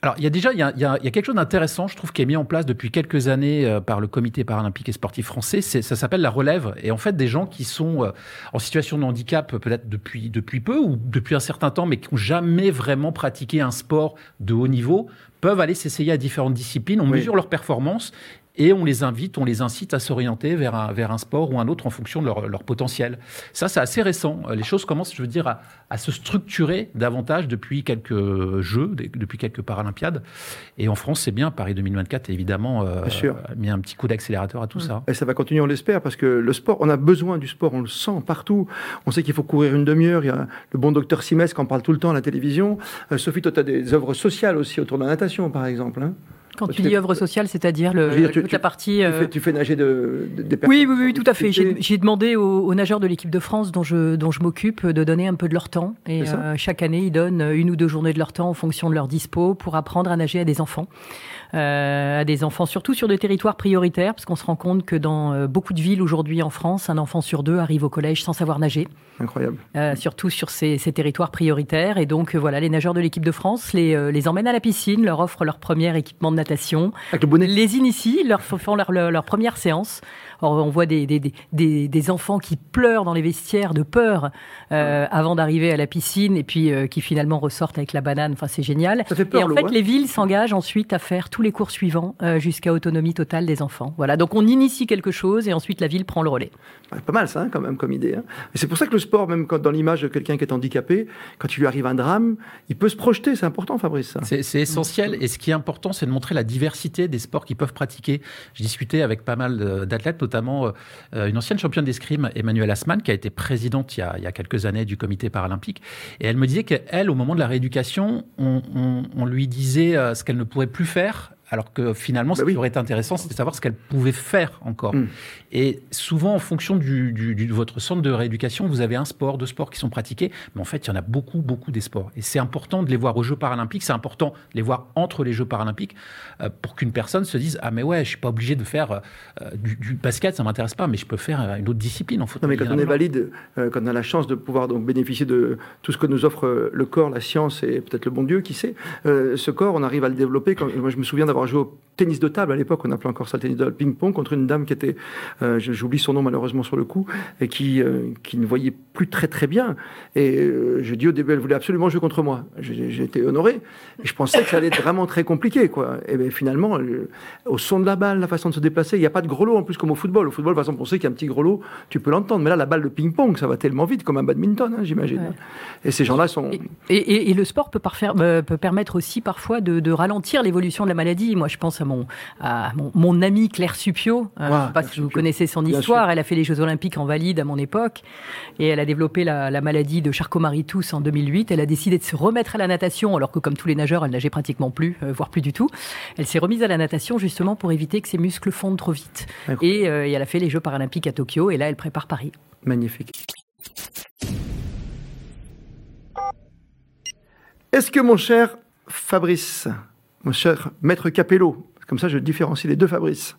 Speaker 4: Alors, il y a déjà il y a, il y a- il y a quelque chose d'intéressant, je trouve, qui est mis en place depuis quelques années euh, par le Comité paralympique et sportif français. C'est- Ça s'appelle la relève. Et en fait, des gens qui sont euh, en situation de handicap, euh, peut-être depuis, depuis peu ou depuis un certain temps, mais qui n'ont jamais vraiment pratiqué un sport de haut niveau, peuvent aller s'essayer à différentes disciplines. On
Speaker 1: Oui.
Speaker 4: mesure leur performance. Et on les invite, on les incite à s'orienter vers un, vers un sport ou un autre en fonction de leur, leur potentiel. Ça, c'est assez récent. Euh, Les choses commencent, je veux dire, à, à se structurer davantage depuis quelques Jeux, des- depuis quelques Paralympiades. Et en France, c'est bien. Paris 2024, évidemment, euh,
Speaker 1: Bien sûr. Mm.
Speaker 4: a mis un petit coup d'accélérateur à tout ça.
Speaker 1: Et ça va continuer, on l'espère, parce que le sport, on a besoin du sport, on le sent partout. On sait qu'il faut courir une demi-heure. Il y a le bon docteur Simès qui en parle tout le temps à la télévision. Euh, Sophie, toi, tu as des œuvres sociales aussi autour de la natation, par exemple. hein.
Speaker 2: Quand
Speaker 1: Parce
Speaker 2: tu
Speaker 1: que-
Speaker 2: dis œuvre sociale, c'est-à-dire
Speaker 1: Je
Speaker 2: le,
Speaker 1: veux dire, tu-
Speaker 2: toute
Speaker 1: tu-
Speaker 2: la partie.
Speaker 1: tu,
Speaker 2: euh,
Speaker 1: fais, tu fais nager de, de- des personnes.
Speaker 2: Oui, oui, oui, tout à fait. J'ai
Speaker 1: difficultés.
Speaker 2: j'ai demandé aux, aux nageurs de l'équipe de France dont je, dont je m'occupe de donner un peu de leur temps. Et
Speaker 1: C'est ça
Speaker 2: euh, chaque année, ils donnent une ou deux journées de leur temps en fonction de leur dispo pour apprendre à nager à des enfants. Euh, à des enfants, surtout sur des territoires prioritaires, parce qu'on se rend compte que dans euh, beaucoup de villes aujourd'hui en France, un enfant sur deux arrive au collège sans savoir nager.
Speaker 1: Incroyable.
Speaker 2: Euh, surtout sur ces, ces territoires prioritaires. Et donc, euh, voilà, les nageurs de l'équipe de France les, euh, les emmènent à la piscine, leur offrent leur premier équipement de natation,
Speaker 1: Avec le bonnet.
Speaker 2: les initient, leur f- font leur, leur, leur première séance. Or, on voit des, des, des- des, des enfants qui pleurent dans les vestiaires de peur euh, avant d'arriver à la piscine et puis euh, qui finalement ressortent avec la banane. Enfin, c'est génial.
Speaker 1: Ça fait
Speaker 2: Et
Speaker 1: peur,
Speaker 2: en
Speaker 1: l'eau,
Speaker 2: fait,
Speaker 1: hein.
Speaker 2: les villes s'engagent ensuite à faire tous les cours suivants euh, jusqu'à autonomie totale des enfants. Voilà, donc on initie quelque chose et ensuite la ville prend le relais.
Speaker 1: Ouais, Pas mal ça, hein, quand même, comme idée. hein. Et c'est pour ça que le sport, même quand, dans l'image de quelqu'un qui est handicapé, quand il lui arrive un drame, il peut se projeter. C'est important, Fabrice. Ça.
Speaker 4: C'est c'est essentiel et ce qui est important, c'est de montrer la diversité des sports qu'ils peuvent pratiquer. Je discutais avec pas mal euh, d'athlètes, notamment euh, une ancienne championne d'escrime, Emmanuelle Asman, qui a été présidente il y a, il y a quelques années du comité paralympique. Et elle me disait qu'elle, au moment de la rééducation, on, on- on lui disait euh, ce qu'elle ne pouvait plus faire. Alors que finalement, ce
Speaker 1: Bah oui.
Speaker 4: qui aurait été intéressant, c'est de savoir ce qu'elle pouvait faire encore.
Speaker 1: Mm.
Speaker 4: Et souvent, en fonction du, du- du- de votre centre de rééducation, vous avez un sport, deux sports qui sont pratiqués, mais en fait, il y en a beaucoup, beaucoup des sports. Et c'est important de les voir aux Jeux paralympiques, c'est important de les voir entre les Jeux paralympiques euh, pour qu'une personne se dise Ah, mais ouais, je suis pas obligé de faire euh, euh, du, du basket, ça m'intéresse pas, mais je peux faire euh, une autre discipline en
Speaker 1: Non,
Speaker 4: fauteuil.
Speaker 1: mais quand on est
Speaker 4: roulant.
Speaker 1: valide, euh, quand on a la chance de pouvoir donc bénéficier de tout ce que nous offre euh, le corps, la science et peut-être le bon Dieu, qui sait, euh, ce corps, on arrive à le développer. Quand, moi, je me souviens d'avoir joué au tennis de table à l'époque, on appelait encore ça le tennis de table, ping-pong, contre une dame qui était, euh, je- j'oublie son nom malheureusement sur le coup, et qui, euh, qui ne voyait plus très très bien. Et euh, je dis au début, elle voulait absolument jouer contre moi. J'ai j'ai été honoré. Et je pensais que ça allait être vraiment très compliqué, quoi. Et bien finalement, euh, au son de la balle, la façon de se déplacer, il n'y a pas de grelot en plus comme au football. Au football, par exemple, on sait qu'il y a un petit grelot, tu peux l'entendre. Mais là, la balle de ping-pong, ça va tellement vite comme un badminton, hein, j'imagine.
Speaker 2: Ouais.
Speaker 1: Et ces gens-là sont.
Speaker 2: Et, et- et le sport peut, parfaire- euh, peut permettre aussi parfois de, de ralentir l'évolution de la maladie. Moi, je pense à mon, à mon, mon amie Claire Supio. Euh, je
Speaker 1: Ah,
Speaker 2: ne sais pas
Speaker 1: Claire
Speaker 2: si vous
Speaker 1: Supio.
Speaker 2: connaissez son
Speaker 1: Bien
Speaker 2: histoire. Elle a fait les Jeux Olympiques en valide à mon époque. Et elle a développé la, la maladie de Charcot-Marie-Tous en 2008. Elle a décidé de se remettre à la natation, alors que comme tous les nageurs, elle nageait pratiquement plus, euh, voire plus du tout. Elle s'est remise à la natation justement pour éviter que ses muscles fondent trop vite.
Speaker 1: Incroyable.
Speaker 2: Et, euh, et elle a fait les Jeux Paralympiques à Tokyo. Et là, elle prépare Paris.
Speaker 1: Magnifique. Est-ce que mon cher Fabrice, mon cher Maître Capello, comme ça je différencie les deux Fabrice,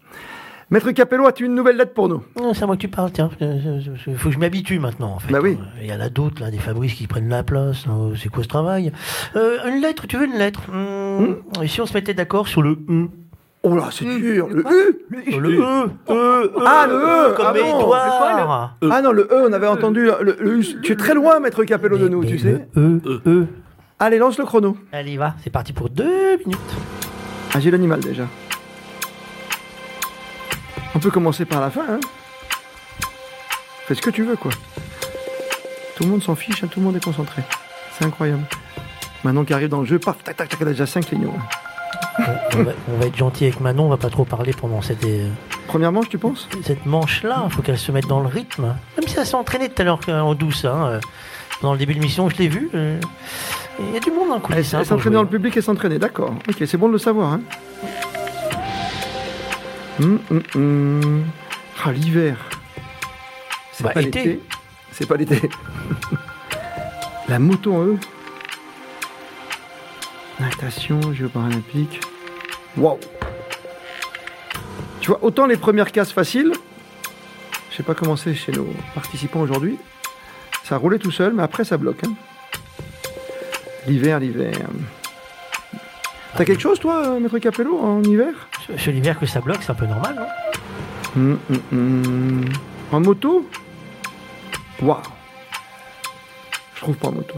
Speaker 1: Maître Capello, as-tu une nouvelle lettre pour nous
Speaker 6: Non, c'est à moi que tu parles, tiens. Il faut que je m'habitue maintenant, en fait. hein.
Speaker 1: Bah oui.
Speaker 6: Il y en a d'autres, là, des Fabrice qui prennent la place. Oh, C'est
Speaker 1: Hmm.
Speaker 6: quoi ce travail Euh, Une lettre, tu veux une lettre Hmm, Et si on se mettait d'accord sur le E
Speaker 1: Oh là, c'est dur. Le U
Speaker 6: Le E, E, E,
Speaker 1: Ah, le E,
Speaker 6: comme
Speaker 1: ah bon.
Speaker 6: Édouard.
Speaker 1: C'est quoi, Ah non, le E, on avait entendu. Le, le U. Tu es très loin, maître Capello, de nous,
Speaker 6: Euh. Mais
Speaker 1: tu sais.
Speaker 6: le E, E.
Speaker 1: Allez, lance le chrono.
Speaker 6: Allez, va, c'est parti pour deux minutes.
Speaker 1: Ah, j'ai l'animal déjà. On peut commencer par la fin, hein Fais ce que tu veux, quoi. Tout le monde s'en fiche, hein, tout le monde est concentré. C'est incroyable. Maintenant qu'il arrive dans le jeu, paf, tac, tac, tac, elle a déjà 5 lignes. ouais.
Speaker 6: on, on va, on va être gentil avec Manon, on va pas trop parler pendant cette, euh,
Speaker 1: Première manche, tu penses
Speaker 6: cette manche-là. faut qu'elle se mette dans le rythme. Même si elle s'est entraînée tout à l'heure euh, en douce. Hein, euh, dans le début de l'émission, je l'ai vu. euh, Il y a du monde dans le
Speaker 1: Elle, elle
Speaker 6: coulisses. hein, pour
Speaker 1: s'entraîner
Speaker 6: jouer.
Speaker 1: dans le public et s'entraîner, d'accord. Ok, c'est bon de le savoir, hein Hum, hum, hum. Ah, l'hiver. C'est
Speaker 6: Bah,
Speaker 1: pas
Speaker 6: été.
Speaker 1: l'été. C'est pas l'été. La moto en E. eux. Natation, Jeux paralympiques. Waouh Tu vois, autant les premières cases faciles, je sais pas comment c'est chez nos participants aujourd'hui, ça roulait tout seul, mais après ça bloque. hein. L'hiver, l'hiver.
Speaker 6: Ah,
Speaker 1: T'as quelque chose, toi, euh, Maître Capello, en hiver
Speaker 6: Ce- ce l'hiver que ça bloque, c'est un peu normal. hein. non
Speaker 1: Hum, hum, hum. En moto Waouh Je trouve pas en moto.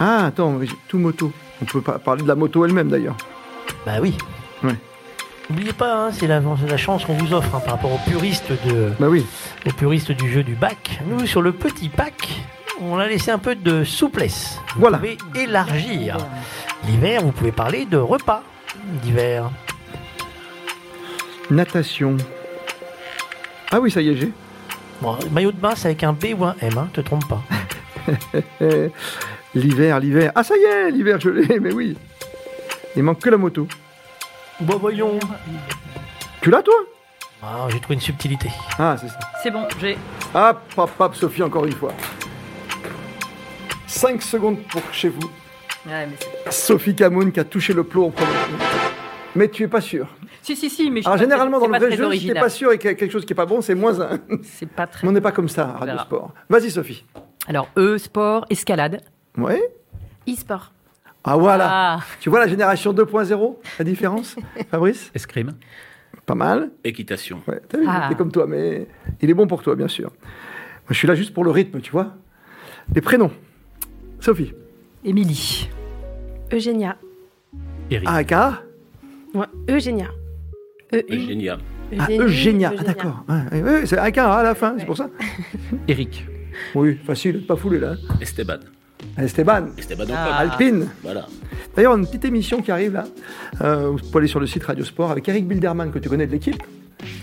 Speaker 1: Ah, attends, mais j'ai tout moto. On peut pas parler de la moto elle-même, d'ailleurs.
Speaker 6: Bah oui.
Speaker 1: Ouais.
Speaker 6: N'oubliez pas, hein, c'est la, c'est la chance qu'on vous offre hein, par rapport aux puristes, de,
Speaker 1: Bah oui.
Speaker 6: aux puristes du jeu du bac. Nous, sur le petit pack, on a laissé un peu de souplesse. Vous
Speaker 1: Voilà.
Speaker 6: pouvez élargir. L'hiver, vous pouvez parler de repas d'hiver.
Speaker 1: Natation. Ah oui, ça y est, j'ai.
Speaker 6: Bon, maillot de bain, c'est avec un B ou un M, hein, te trompe pas.
Speaker 1: Eh, L'hiver, l'hiver. Ah, ça y est, l'hiver, je l'ai, mais oui. Il manque que la moto.
Speaker 6: Bon, voyons.
Speaker 1: Tu l'as, toi
Speaker 6: Ah, j'ai trouvé une subtilité.
Speaker 1: Ah, c'est ça.
Speaker 7: C'est bon, j'ai.
Speaker 1: Hop, hop, hop, Sophie, encore une fois. 5 secondes pour chez vous.
Speaker 7: Ouais, mais c'est-
Speaker 1: Sophie Camoun qui a touché le plomb en premier. Mais tu es pas sûr.
Speaker 7: si, si, si, mais je-
Speaker 1: Alors généralement
Speaker 7: c'est
Speaker 1: dans le
Speaker 7: pas
Speaker 1: vrai
Speaker 7: très
Speaker 1: jeu, si tu
Speaker 7: original.
Speaker 1: pas sûr et qu'il y a quelque chose qui est pas bon, c'est moins un. Mais
Speaker 7: C'est pas très.
Speaker 1: on n'est pas comme ça à Radio
Speaker 7: verra.
Speaker 1: Sport. Vas-y Sophie.
Speaker 2: Alors, E, sport, escalade.
Speaker 1: Ouais.
Speaker 8: E-sport.
Speaker 1: Ah voilà.
Speaker 7: Ah,
Speaker 1: Tu vois la génération 2.0, la différence, Fabrice
Speaker 4: Escrime.
Speaker 1: Pas mal.
Speaker 5: Équitation.
Speaker 1: Ouais, t'as vu,
Speaker 2: Ah.
Speaker 1: t'es comme toi, mais il est bon pour toi, bien sûr. Moi, je suis là juste pour le rythme, tu vois. Les prénoms. Sophie.
Speaker 2: Émilie.
Speaker 8: Eugenia.
Speaker 4: Eric.
Speaker 1: Ah, K.
Speaker 8: Ouais, Eugenia. E U
Speaker 5: Génial.
Speaker 1: Ah, Eugénia. Ah, d'accord. Ouais, ouais, ouais, c'est avec un A à la fin, c'est pour ça.
Speaker 4: Eric.
Speaker 1: Oui, facile, pas foulé là.
Speaker 5: Esteban.
Speaker 1: Esteban,
Speaker 5: Esteban
Speaker 7: Ah.
Speaker 5: Ocon.
Speaker 1: Alpine.
Speaker 5: Voilà.
Speaker 1: D'ailleurs, une petite émission qui arrive là. Euh, vous pouvez aller sur le site Radio Sport avec Eric Bilderman, que tu connais de l'équipe.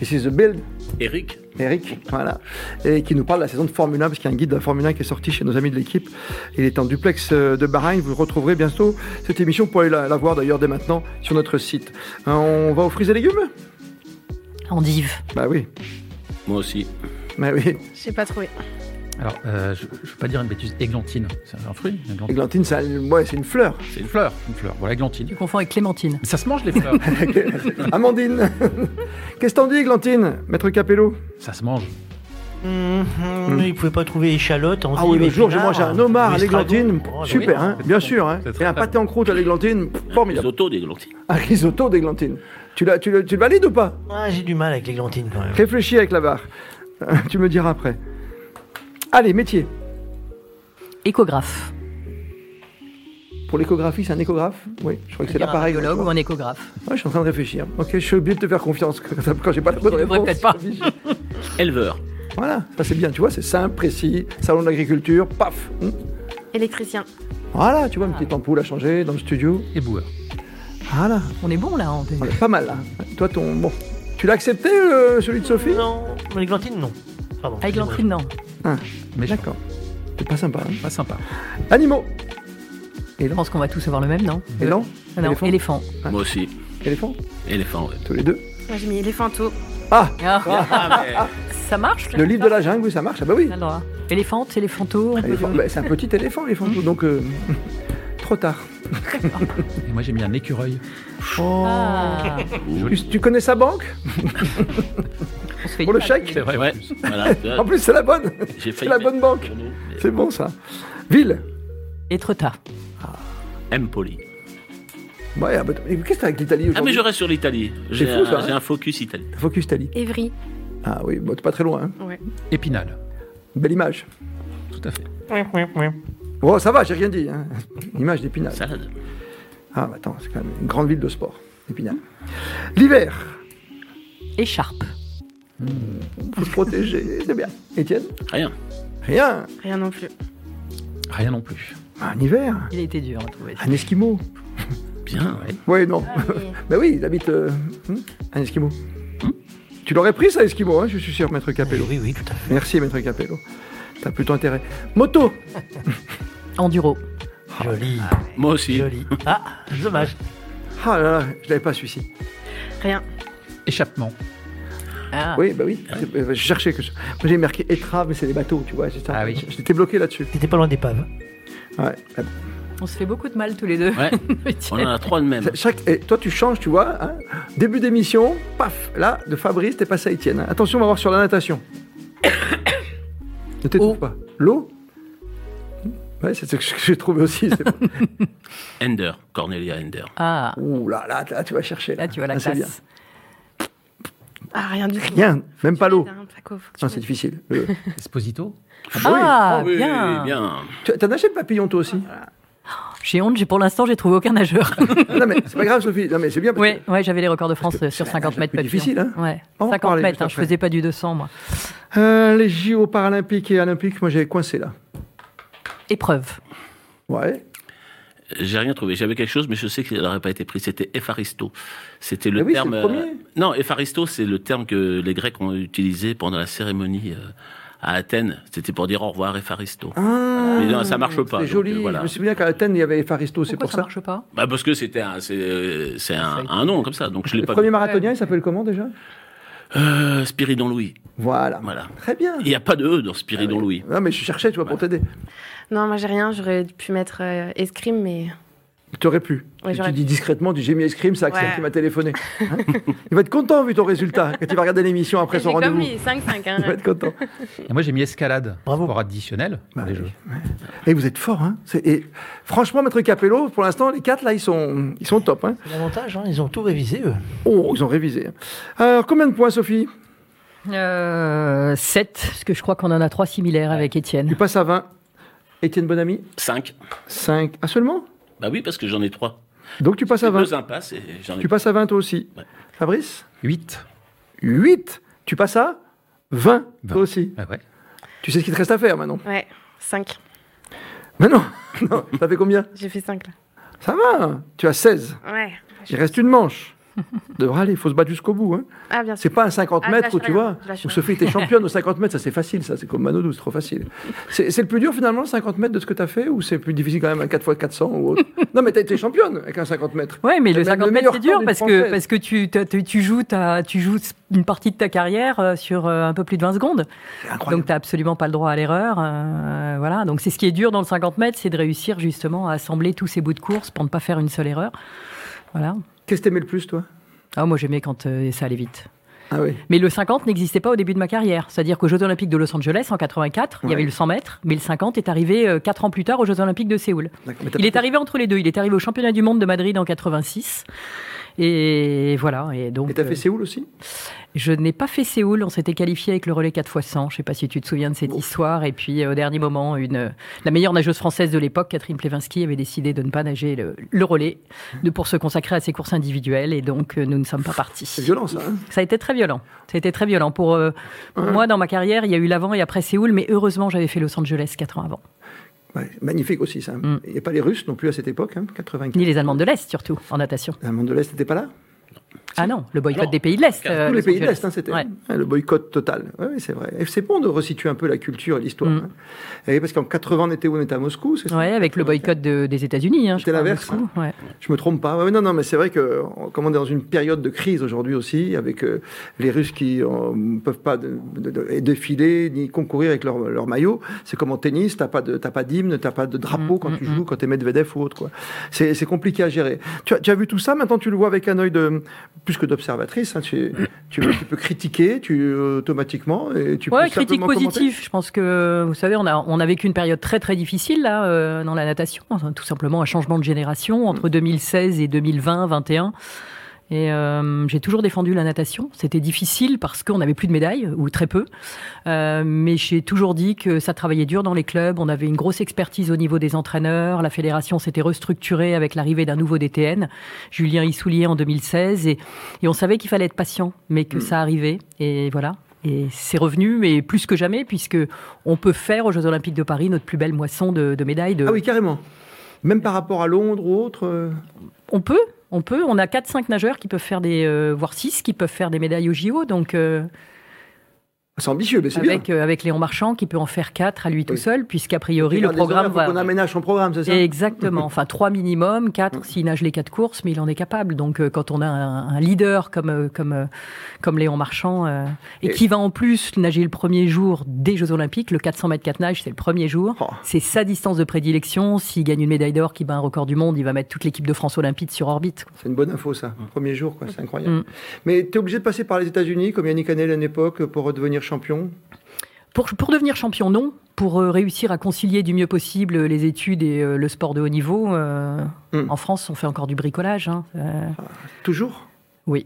Speaker 1: Et c'est The Build,
Speaker 5: Eric.
Speaker 1: Eric, voilà. Et qui nous parle de la saison de Formule 1, parce qu'il y a un guide de la Formule 1 qui est sorti chez nos amis de l'équipe. Il est en duplex euh, de Bahreïn. Vous retrouverez bientôt cette émission. Vous pouvez la, la voir d'ailleurs dès maintenant sur notre site. Euh, on va aux fruits et légumes
Speaker 2: Endive.
Speaker 1: Bah oui,
Speaker 5: Moi aussi.
Speaker 1: bah oui.
Speaker 8: J'ai pas trouvé.
Speaker 4: Alors, euh, je ne veux pas dire une bêtise. Églantine. C'est un fruit une églantine.
Speaker 1: Églantine, ça- ouais, c'est une fleur.
Speaker 4: C'est une fleur. Une fleur. Voilà, églantine.
Speaker 2: Tu confonds avec Clémentine.
Speaker 4: Mais ça se mange, les fleurs.
Speaker 1: Amandine Qu'est-ce que t'en dis, Glantine Maître Capello
Speaker 4: ça se mange.
Speaker 6: Hum, Ils pouvaient pas trouver échalote.
Speaker 1: Mm-hmm. Ah oui, le jour, j'ai mangé un homard
Speaker 6: hein,
Speaker 1: à l'églantine.
Speaker 6: Oh, bah
Speaker 1: Super, hein, bien sûr. Hein.
Speaker 4: Ah C'est très
Speaker 1: Et un
Speaker 4: bon.
Speaker 1: pâté en croûte à l'églantine.
Speaker 5: Les
Speaker 1: Formidable.
Speaker 5: autos des Glantines.
Speaker 1: Un risotto d'églantine. Tu, l'as- tu, le- tu le valides ou pas
Speaker 6: Ah, j'ai du mal avec l'églantine quand même.
Speaker 1: Réfléchis avec la barre. Euh, tu me diras après. Allez, métier.
Speaker 2: Échographe.
Speaker 1: Pour l'échographie, c'est un échographe Oui, je crois que c'est
Speaker 2: un
Speaker 1: l'appareil.
Speaker 2: radiologue ou
Speaker 1: Ouais,
Speaker 2: un échographe.
Speaker 1: je suis en train de réfléchir. Ok, je suis obligé de te faire confiance quand quand j'ai pas la bonne
Speaker 2: devrais
Speaker 1: réponse.
Speaker 2: peut-être pas.
Speaker 5: Éleveur.
Speaker 1: Voilà, ça c'est bien, tu vois, c'est simple, précis. Salon de l'agriculture, paf. Hum.
Speaker 8: Électricien.
Speaker 1: Voilà, tu vois, une petite ampoule à changer dans le studio.
Speaker 4: Et boueur.
Speaker 1: Voilà,
Speaker 2: On est bon là. en
Speaker 1: on est pas mal là. Toi, ton. Bon. Tu l'as accepté, euh, celui de Sophie
Speaker 6: Non, mais l'églantine, non. Pardon.
Speaker 2: Avec l'entrine, Ah, non.
Speaker 4: Mais je-
Speaker 1: D'accord. C'est pas sympa. hein.
Speaker 4: pas sympa.
Speaker 1: Animaux.
Speaker 2: Je pense qu'on va tous avoir le même, non
Speaker 1: Élan.
Speaker 2: Ah Non,
Speaker 1: Éléphant.
Speaker 2: éléphant.
Speaker 1: Ah.
Speaker 5: Moi aussi.
Speaker 1: Éléphant.
Speaker 5: Éléphant, ouais.
Speaker 1: Tous les deux.
Speaker 8: Moi j'ai mis éléphanto.
Speaker 1: Ah
Speaker 5: Ah,
Speaker 2: Ça marche
Speaker 1: Le livre de la jungle, oui, ça marche. Ah bah oui.
Speaker 2: Alors, éléphante, éléphanto.
Speaker 1: Éléphant. Bah, c'est un petit éléphant, éléphant. Donc, euh, trop tard.
Speaker 4: Et moi, j'ai mis un écureuil.
Speaker 2: Ah,
Speaker 1: Tu, tu connais sa banque
Speaker 2: on se fait
Speaker 1: pour le
Speaker 2: dire.
Speaker 1: chèque
Speaker 4: C'est vrai.
Speaker 5: mais... Ouais. Voilà. tu vois,
Speaker 1: En plus, c'est la bonne.
Speaker 5: J'ai
Speaker 1: Ah, C'est
Speaker 5: failli
Speaker 1: la
Speaker 5: mettre
Speaker 1: bonne banque.
Speaker 5: sur nous, mais-
Speaker 1: C'est bon, ça. Ville.
Speaker 2: Étretat.
Speaker 5: Empoli.
Speaker 1: Ouais, ah bah, mais qu'est-ce que t'as avec l'Italie
Speaker 5: Ah, mais
Speaker 1: aujourd'hui
Speaker 5: je reste sur l'Italie. J'ai
Speaker 1: fou, ça,
Speaker 5: un,
Speaker 1: hein
Speaker 5: j'ai un focus Italie.
Speaker 1: Focus Italie.
Speaker 8: Évry.
Speaker 1: Ah oui, bon, t'es pas très loin. hein.
Speaker 4: Épinal,
Speaker 1: Belle image.
Speaker 4: tout à fait.
Speaker 1: Bon, ça va, j'ai rien dit. hein. Image d'Épinal.
Speaker 5: Salade.
Speaker 1: Ah, bah, attends, c'est quand même une grande ville de sport, Épinal. L'hiver,
Speaker 2: Écharpe.
Speaker 1: faut se protéger, c'est bien. Étienne
Speaker 5: Rien.
Speaker 1: Rien.
Speaker 8: Rien non plus.
Speaker 4: Rien non plus.
Speaker 1: Un hiver,
Speaker 2: Il a été dur à trouver.
Speaker 1: un esquimau.
Speaker 5: Bien, ouais.
Speaker 1: Oui, non. Bah oui, il habite euh, hmm, un esquimau. Hmm Tu l'aurais pris, ça, esquimau, hein, je suis sûr, maître Capello.
Speaker 6: Oui, oui, tout à fait.
Speaker 1: Merci, maître Capello. T'as plutôt intérêt. Moto
Speaker 2: Enduro.
Speaker 6: Joli,
Speaker 5: Moi aussi.
Speaker 6: joli. Ah, dommage.
Speaker 1: Ah là là, je l'avais pas, celui-ci.
Speaker 8: Rien.
Speaker 4: Échappement.
Speaker 2: Ah.
Speaker 1: Oui, bah oui. c'est- euh, Je cherchais que. Moi, j'ai marqué étrave, mais c'est des bateaux, tu vois. j'étais-
Speaker 4: Ah oui.
Speaker 1: J'étais bloqué là-dessus.
Speaker 6: T'étais pas loin d'épave.
Speaker 1: Ouais.
Speaker 2: On se fait beaucoup de mal tous les deux.
Speaker 5: Ouais. On en a trois de même.
Speaker 1: Chaque- et toi, tu changes, tu vois. hein. Début d'émission, paf, là, de Fabrice, t'es passé à Étienne. hein. Attention, on va voir sur la natation. ne
Speaker 2: Oh.
Speaker 1: t'étouffe pas. L'eau Ouais, c'est ce que j'ai trouvé aussi. c'est bon.
Speaker 5: Ender. Cornelia Ender.
Speaker 2: Ah,
Speaker 1: Ouh là, là, là, tu vas chercher.
Speaker 2: là tu vois la
Speaker 1: Ah, c'est
Speaker 2: classe.
Speaker 8: Ah, rien du tout.
Speaker 1: bien. Rien, même pas l'eau.
Speaker 8: Putain, Paco, faut que tu
Speaker 1: Non, c'est
Speaker 8: m'aides.
Speaker 1: difficile. Le-
Speaker 4: Esposito.
Speaker 2: Ah,
Speaker 5: oui,
Speaker 2: bien.
Speaker 5: bien.
Speaker 1: Tu T'as nagé le papillon, toi aussi
Speaker 2: Ah. J'ai honte, j'ai pour l'instant j'ai trouvé aucun nageur.
Speaker 1: Ah, Non, mais c'est pas grave, Sophie. Non, mais c'est bien parce
Speaker 2: Oui, ouais, j'avais les records de France
Speaker 1: Parce que
Speaker 2: euh, sur
Speaker 1: c'est
Speaker 2: 50
Speaker 1: la
Speaker 2: mètres
Speaker 1: plus
Speaker 2: papillon.
Speaker 1: difficile, hein.
Speaker 2: Ouais,
Speaker 1: On va en
Speaker 2: 50
Speaker 1: parler
Speaker 2: mètres,
Speaker 1: juste
Speaker 2: hein, je
Speaker 1: après.
Speaker 2: faisais pas du 200 moi.
Speaker 1: que. Euh, les JO paralympiques et olympiques, moi, j'avais coincé là.
Speaker 2: Épreuve.
Speaker 1: Ouais.
Speaker 5: J'ai rien trouvé. J'avais quelque chose, mais je sais qu'il n'aurait pas été pris. C'était Epharisto. C'était
Speaker 1: Ah
Speaker 5: le
Speaker 1: oui, c'est
Speaker 5: terme.
Speaker 1: le
Speaker 5: euh,
Speaker 1: premier.
Speaker 5: Non, Epharisto, c'est le terme que les Grecs ont utilisé pendant la cérémonie euh, à Athènes. C'était pour dire au revoir, Epharisto.
Speaker 1: Ah,
Speaker 5: Mais non, ça marche pas,
Speaker 1: C'est
Speaker 5: donc,
Speaker 1: joli.
Speaker 5: euh, voilà.
Speaker 1: Je me souviens qu'à Athènes, il y avait Epharisto, c'est
Speaker 2: Pourquoi
Speaker 1: pour
Speaker 2: ça,
Speaker 1: ça.
Speaker 2: marche pas
Speaker 5: Bah parce que c'était un, c'est, euh, c'est un, un nom comme ça. Donc je l'ai
Speaker 1: Le
Speaker 5: pas.
Speaker 1: premier
Speaker 5: vu.
Speaker 1: marathonien, il s'appelle comment déjà
Speaker 5: Euh, Spiridon Louis.
Speaker 1: voilà.
Speaker 5: Voilà.
Speaker 1: Très bien.
Speaker 5: Il n'y a pas de E dans Spiridon Louis.
Speaker 1: Non, mais je cherchais, tu vois, pour t'aider.
Speaker 8: Non, moi j'ai rien. J'aurais pu mettre euh, escrime, mais.
Speaker 1: T'aurais pu.
Speaker 8: Ouais,
Speaker 1: tu
Speaker 8: j'aurais
Speaker 1: dis discrètement, tu dis, j'ai mis escrime, c'est Axel
Speaker 8: Ouais.
Speaker 1: qui m'a téléphoné. Hein il va être content vu ton résultat quand il va regarder l'émission après son
Speaker 8: J'ai comme
Speaker 1: rendez-vous.
Speaker 8: lui, 5-5.
Speaker 1: Il va
Speaker 8: Hein.
Speaker 1: être content.
Speaker 4: Et moi j'ai mis escalade.
Speaker 6: Bravo.
Speaker 4: Sport additionnel. pour
Speaker 1: Bah
Speaker 4: les
Speaker 1: oui.
Speaker 4: jeux.
Speaker 1: Et vous êtes fort, hein C'est- et Franchement, Maître Capello, pour l'instant, les quatre là, ils sont, ils sont top. Hein
Speaker 6: C'est l'avantage, hein, ils ont tout révisé, eux.
Speaker 1: oh, ils ont révisé. Alors, combien de points, Sophie
Speaker 2: Euh, 7, parce que je crois qu'on en a trois similaires avec
Speaker 1: Tu
Speaker 2: Étienne.
Speaker 1: passes à 20. Étienne Bonami,
Speaker 5: 5.
Speaker 1: 5. Ah seulement
Speaker 5: Bah oui, parce que j'en ai 3.
Speaker 1: Donc tu passes à 20.
Speaker 5: Deux impasses et j'en ai
Speaker 1: Tu passes à 20 toi aussi.
Speaker 5: Ouais.
Speaker 1: Fabrice
Speaker 4: 8.
Speaker 1: 8. Tu passes à 20
Speaker 4: Vingt.
Speaker 1: toi aussi.
Speaker 4: Ah ouais.
Speaker 1: Tu sais ce qu'il te reste à faire maintenant.
Speaker 8: Ouais, 5.
Speaker 1: Maintenant, non, ça fait combien
Speaker 8: J'ai fait 5 là.
Speaker 1: Ça va, hein tu as 16.
Speaker 8: Ouais.
Speaker 1: Il reste une manche. Devra aller, il faut se battre jusqu'au bout. Hein.
Speaker 8: Ah, bien
Speaker 1: C'est
Speaker 8: sûr.
Speaker 1: pas un 50
Speaker 8: Ah, je
Speaker 1: mètres
Speaker 8: lâche
Speaker 1: où tu
Speaker 8: rien,
Speaker 1: vois,
Speaker 8: je lâche
Speaker 1: où
Speaker 8: rien.
Speaker 1: Sophie était championne aux 50 mètres, ça c'est facile, ça c'est comme Manodou, c'est trop facile. C'est c'est le plus dur finalement, le 50 mètres de ce que tu as fait, ou c'est plus difficile quand même un 4x400 ou autre Non mais t'as été championne avec un 50 mètres.
Speaker 2: Ouais,
Speaker 1: Mais
Speaker 2: mais le
Speaker 1: le
Speaker 2: 50 mètres
Speaker 1: meilleur
Speaker 2: c'est
Speaker 1: temps
Speaker 2: dur
Speaker 1: d'une
Speaker 2: parce que
Speaker 1: Française.
Speaker 2: parce que tu t'as- tu, tu joues ta- tu joues une partie de ta carrière euh, sur euh, un peu plus de 20 secondes.
Speaker 1: C'est incroyable.
Speaker 2: Donc tu n'as absolument pas le droit à l'erreur. euh, voilà, donc c'est ce qui est dur dans le 50 mètres, c'est de réussir justement à assembler tous ces bouts de course pour ne pas faire une seule erreur. Voilà.
Speaker 1: Qu'est-ce que t'aimais le plus toi
Speaker 2: Ah, moi j'aimais quand euh, ça allait vite.
Speaker 1: Ah oui.
Speaker 2: Mais le 50 n'existait pas au début de ma carrière. C'est-à-dire qu'aux Jeux Olympiques de Los Angeles en 84, il y
Speaker 1: Ouais.
Speaker 2: avait le 100 mètres, mais le 50 est arrivé 4 ans plus tard aux Jeux Olympiques de Séoul.
Speaker 1: D'accord, mais t'as
Speaker 2: Il est
Speaker 1: pas-
Speaker 2: arrivé entre les deux. Il est arrivé au championnat du monde de Madrid en 86. Et voilà. Et donc,
Speaker 1: Et t'as
Speaker 2: euh,
Speaker 1: fait Séoul aussi
Speaker 2: je n'ai pas fait Séoul. On s'était qualifié avec le relais 4x100. Je ne sais pas si tu te souviens de cette
Speaker 1: Bon.
Speaker 2: histoire. Et puis, euh, au dernier moment, une, euh, la meilleure nageuse française de l'époque, Catherine Plevinski, avait décidé de ne pas nager le, le relais de, pour se consacrer à ses courses individuelles. Et donc, euh, nous ne sommes pas partis.
Speaker 1: C'est violent ça. hein
Speaker 2: Ça a été très violent. Ça a été très violent. Pour, euh, pour moi, dans ma carrière, il y a eu l'avant et après Séoul. Mais heureusement, j'avais fait Los Angeles 4 ans avant.
Speaker 1: Ouais, magnifique aussi ça.
Speaker 2: Mm.
Speaker 1: Il n'y a pas les Russes non plus à cette époque, hein, 84.
Speaker 2: Ni les Allemandes de l'Est, surtout, en natation.
Speaker 1: Le monde de l'Est n'était pas là
Speaker 2: Ah non, le boycott
Speaker 5: non.
Speaker 2: des pays de l'Est. euh,
Speaker 1: Tous les
Speaker 2: Los
Speaker 1: pays de
Speaker 2: Angeles.
Speaker 1: l'Est, hein, c'était
Speaker 2: Ouais.
Speaker 1: hein, le boycott total. Oui, c'est vrai. Et c'est bon de resituer un peu la culture et l'histoire.
Speaker 2: Mm.
Speaker 1: hein. Et parce qu'en 80, on était où On était à Moscou, c'est ça
Speaker 2: Ouais, avec le boycott de- des États-Unis. Hein, je
Speaker 1: C'était
Speaker 2: crois,
Speaker 1: l'inverse,
Speaker 2: Moscou, ouais.
Speaker 1: Je me trompe pas. Ouais, non, non, mais c'est vrai que on- comme on est dans une période de crise aujourd'hui aussi, avec euh, les Russes qui ne peuvent pas de- de- de- défiler ni concourir avec leur, leur maillot, c'est comme en tennis, t'as pas de t'as pas d'hymne, t'as pas de
Speaker 2: Mm,
Speaker 1: drapeau quand tu joues, quand t'es Medvedev ou autre quoi. C'est c'est compliqué à gérer. Tu as, tu as vu tout ça Maintenant, tu le vois avec un œil de plus que d'observatrice. hein, tu, tu, tu peux critiquer tu, automatiquement. Et tu
Speaker 2: Ouais,
Speaker 1: peux
Speaker 2: critique
Speaker 1: simplement commenter.
Speaker 2: positive. Je pense que, vous savez, on a, on a vécu une période très très difficile là euh, dans la natation. Enfin, Tout simplement un changement de génération
Speaker 1: Mm.
Speaker 2: entre 2016 et 2020, 21. Et euh, j'ai toujours défendu la natation. C'était difficile parce qu'on n'avait plus de médailles, ou très peu. Euh, mais j'ai toujours dit que ça travaillait dur dans les clubs. On avait une grosse expertise au niveau des entraîneurs. La fédération s'était restructurée avec l'arrivée d'un nouveau DTN, Julien Issoulier en 2016. Et, et on savait qu'il fallait être patient, mais
Speaker 1: Mm.
Speaker 2: que ça arrivait. Et voilà. Et c'est revenu, mais plus que jamais, puisque on peut faire aux Jeux Olympiques de Paris notre plus belle moisson de, de médailles. De...
Speaker 1: Ah oui, carrément. Même par rapport à Londres ou autre. euh,
Speaker 2: On peut, on peut. On a 4-5 nageurs qui peuvent faire des, euh, voire 6 qui peuvent faire des médailles au JO. Donc, euh,
Speaker 1: C'est ambitieux, mais c'est bien.
Speaker 2: avec, euh, avec Léon Marchand qui peut en faire 4 à lui tout
Speaker 1: Oui.
Speaker 2: seul, puisqu'a priori, le programme va.
Speaker 1: On aménage son programme, c'est ça
Speaker 2: Exactement. Enfin, trois minimum, quatre s'il nage les quatre courses, mais il en est capable. Donc, euh, quand on a un, un leader comme euh, comme euh, comme Léon Marchand euh, et,
Speaker 1: Et-
Speaker 2: qui va en plus nager le premier jour des Jeux Olympiques, le 400 mètres 4 nages, c'est le premier jour.
Speaker 1: Oh.
Speaker 2: C'est sa distance de prédilection. S'il gagne une médaille d'or, qui bat un record du monde, il va mettre toute l'équipe de France olympique sur orbite.
Speaker 1: C'est une bonne info, ça. Premier jour, quoi. C'est incroyable.
Speaker 2: Mm.
Speaker 1: Mais tu es obligé de passer par les États-Unis, comme Yannick Hanel à une époque, pour redevenir champion.
Speaker 2: Pour, pour devenir champion, non. Pour euh, réussir à concilier du mieux possible les études et euh, le sport de haut niveau, euh,
Speaker 1: Mm.
Speaker 2: en France, on fait encore du bricolage. hein. Euh,
Speaker 1: Toujours
Speaker 2: Oui.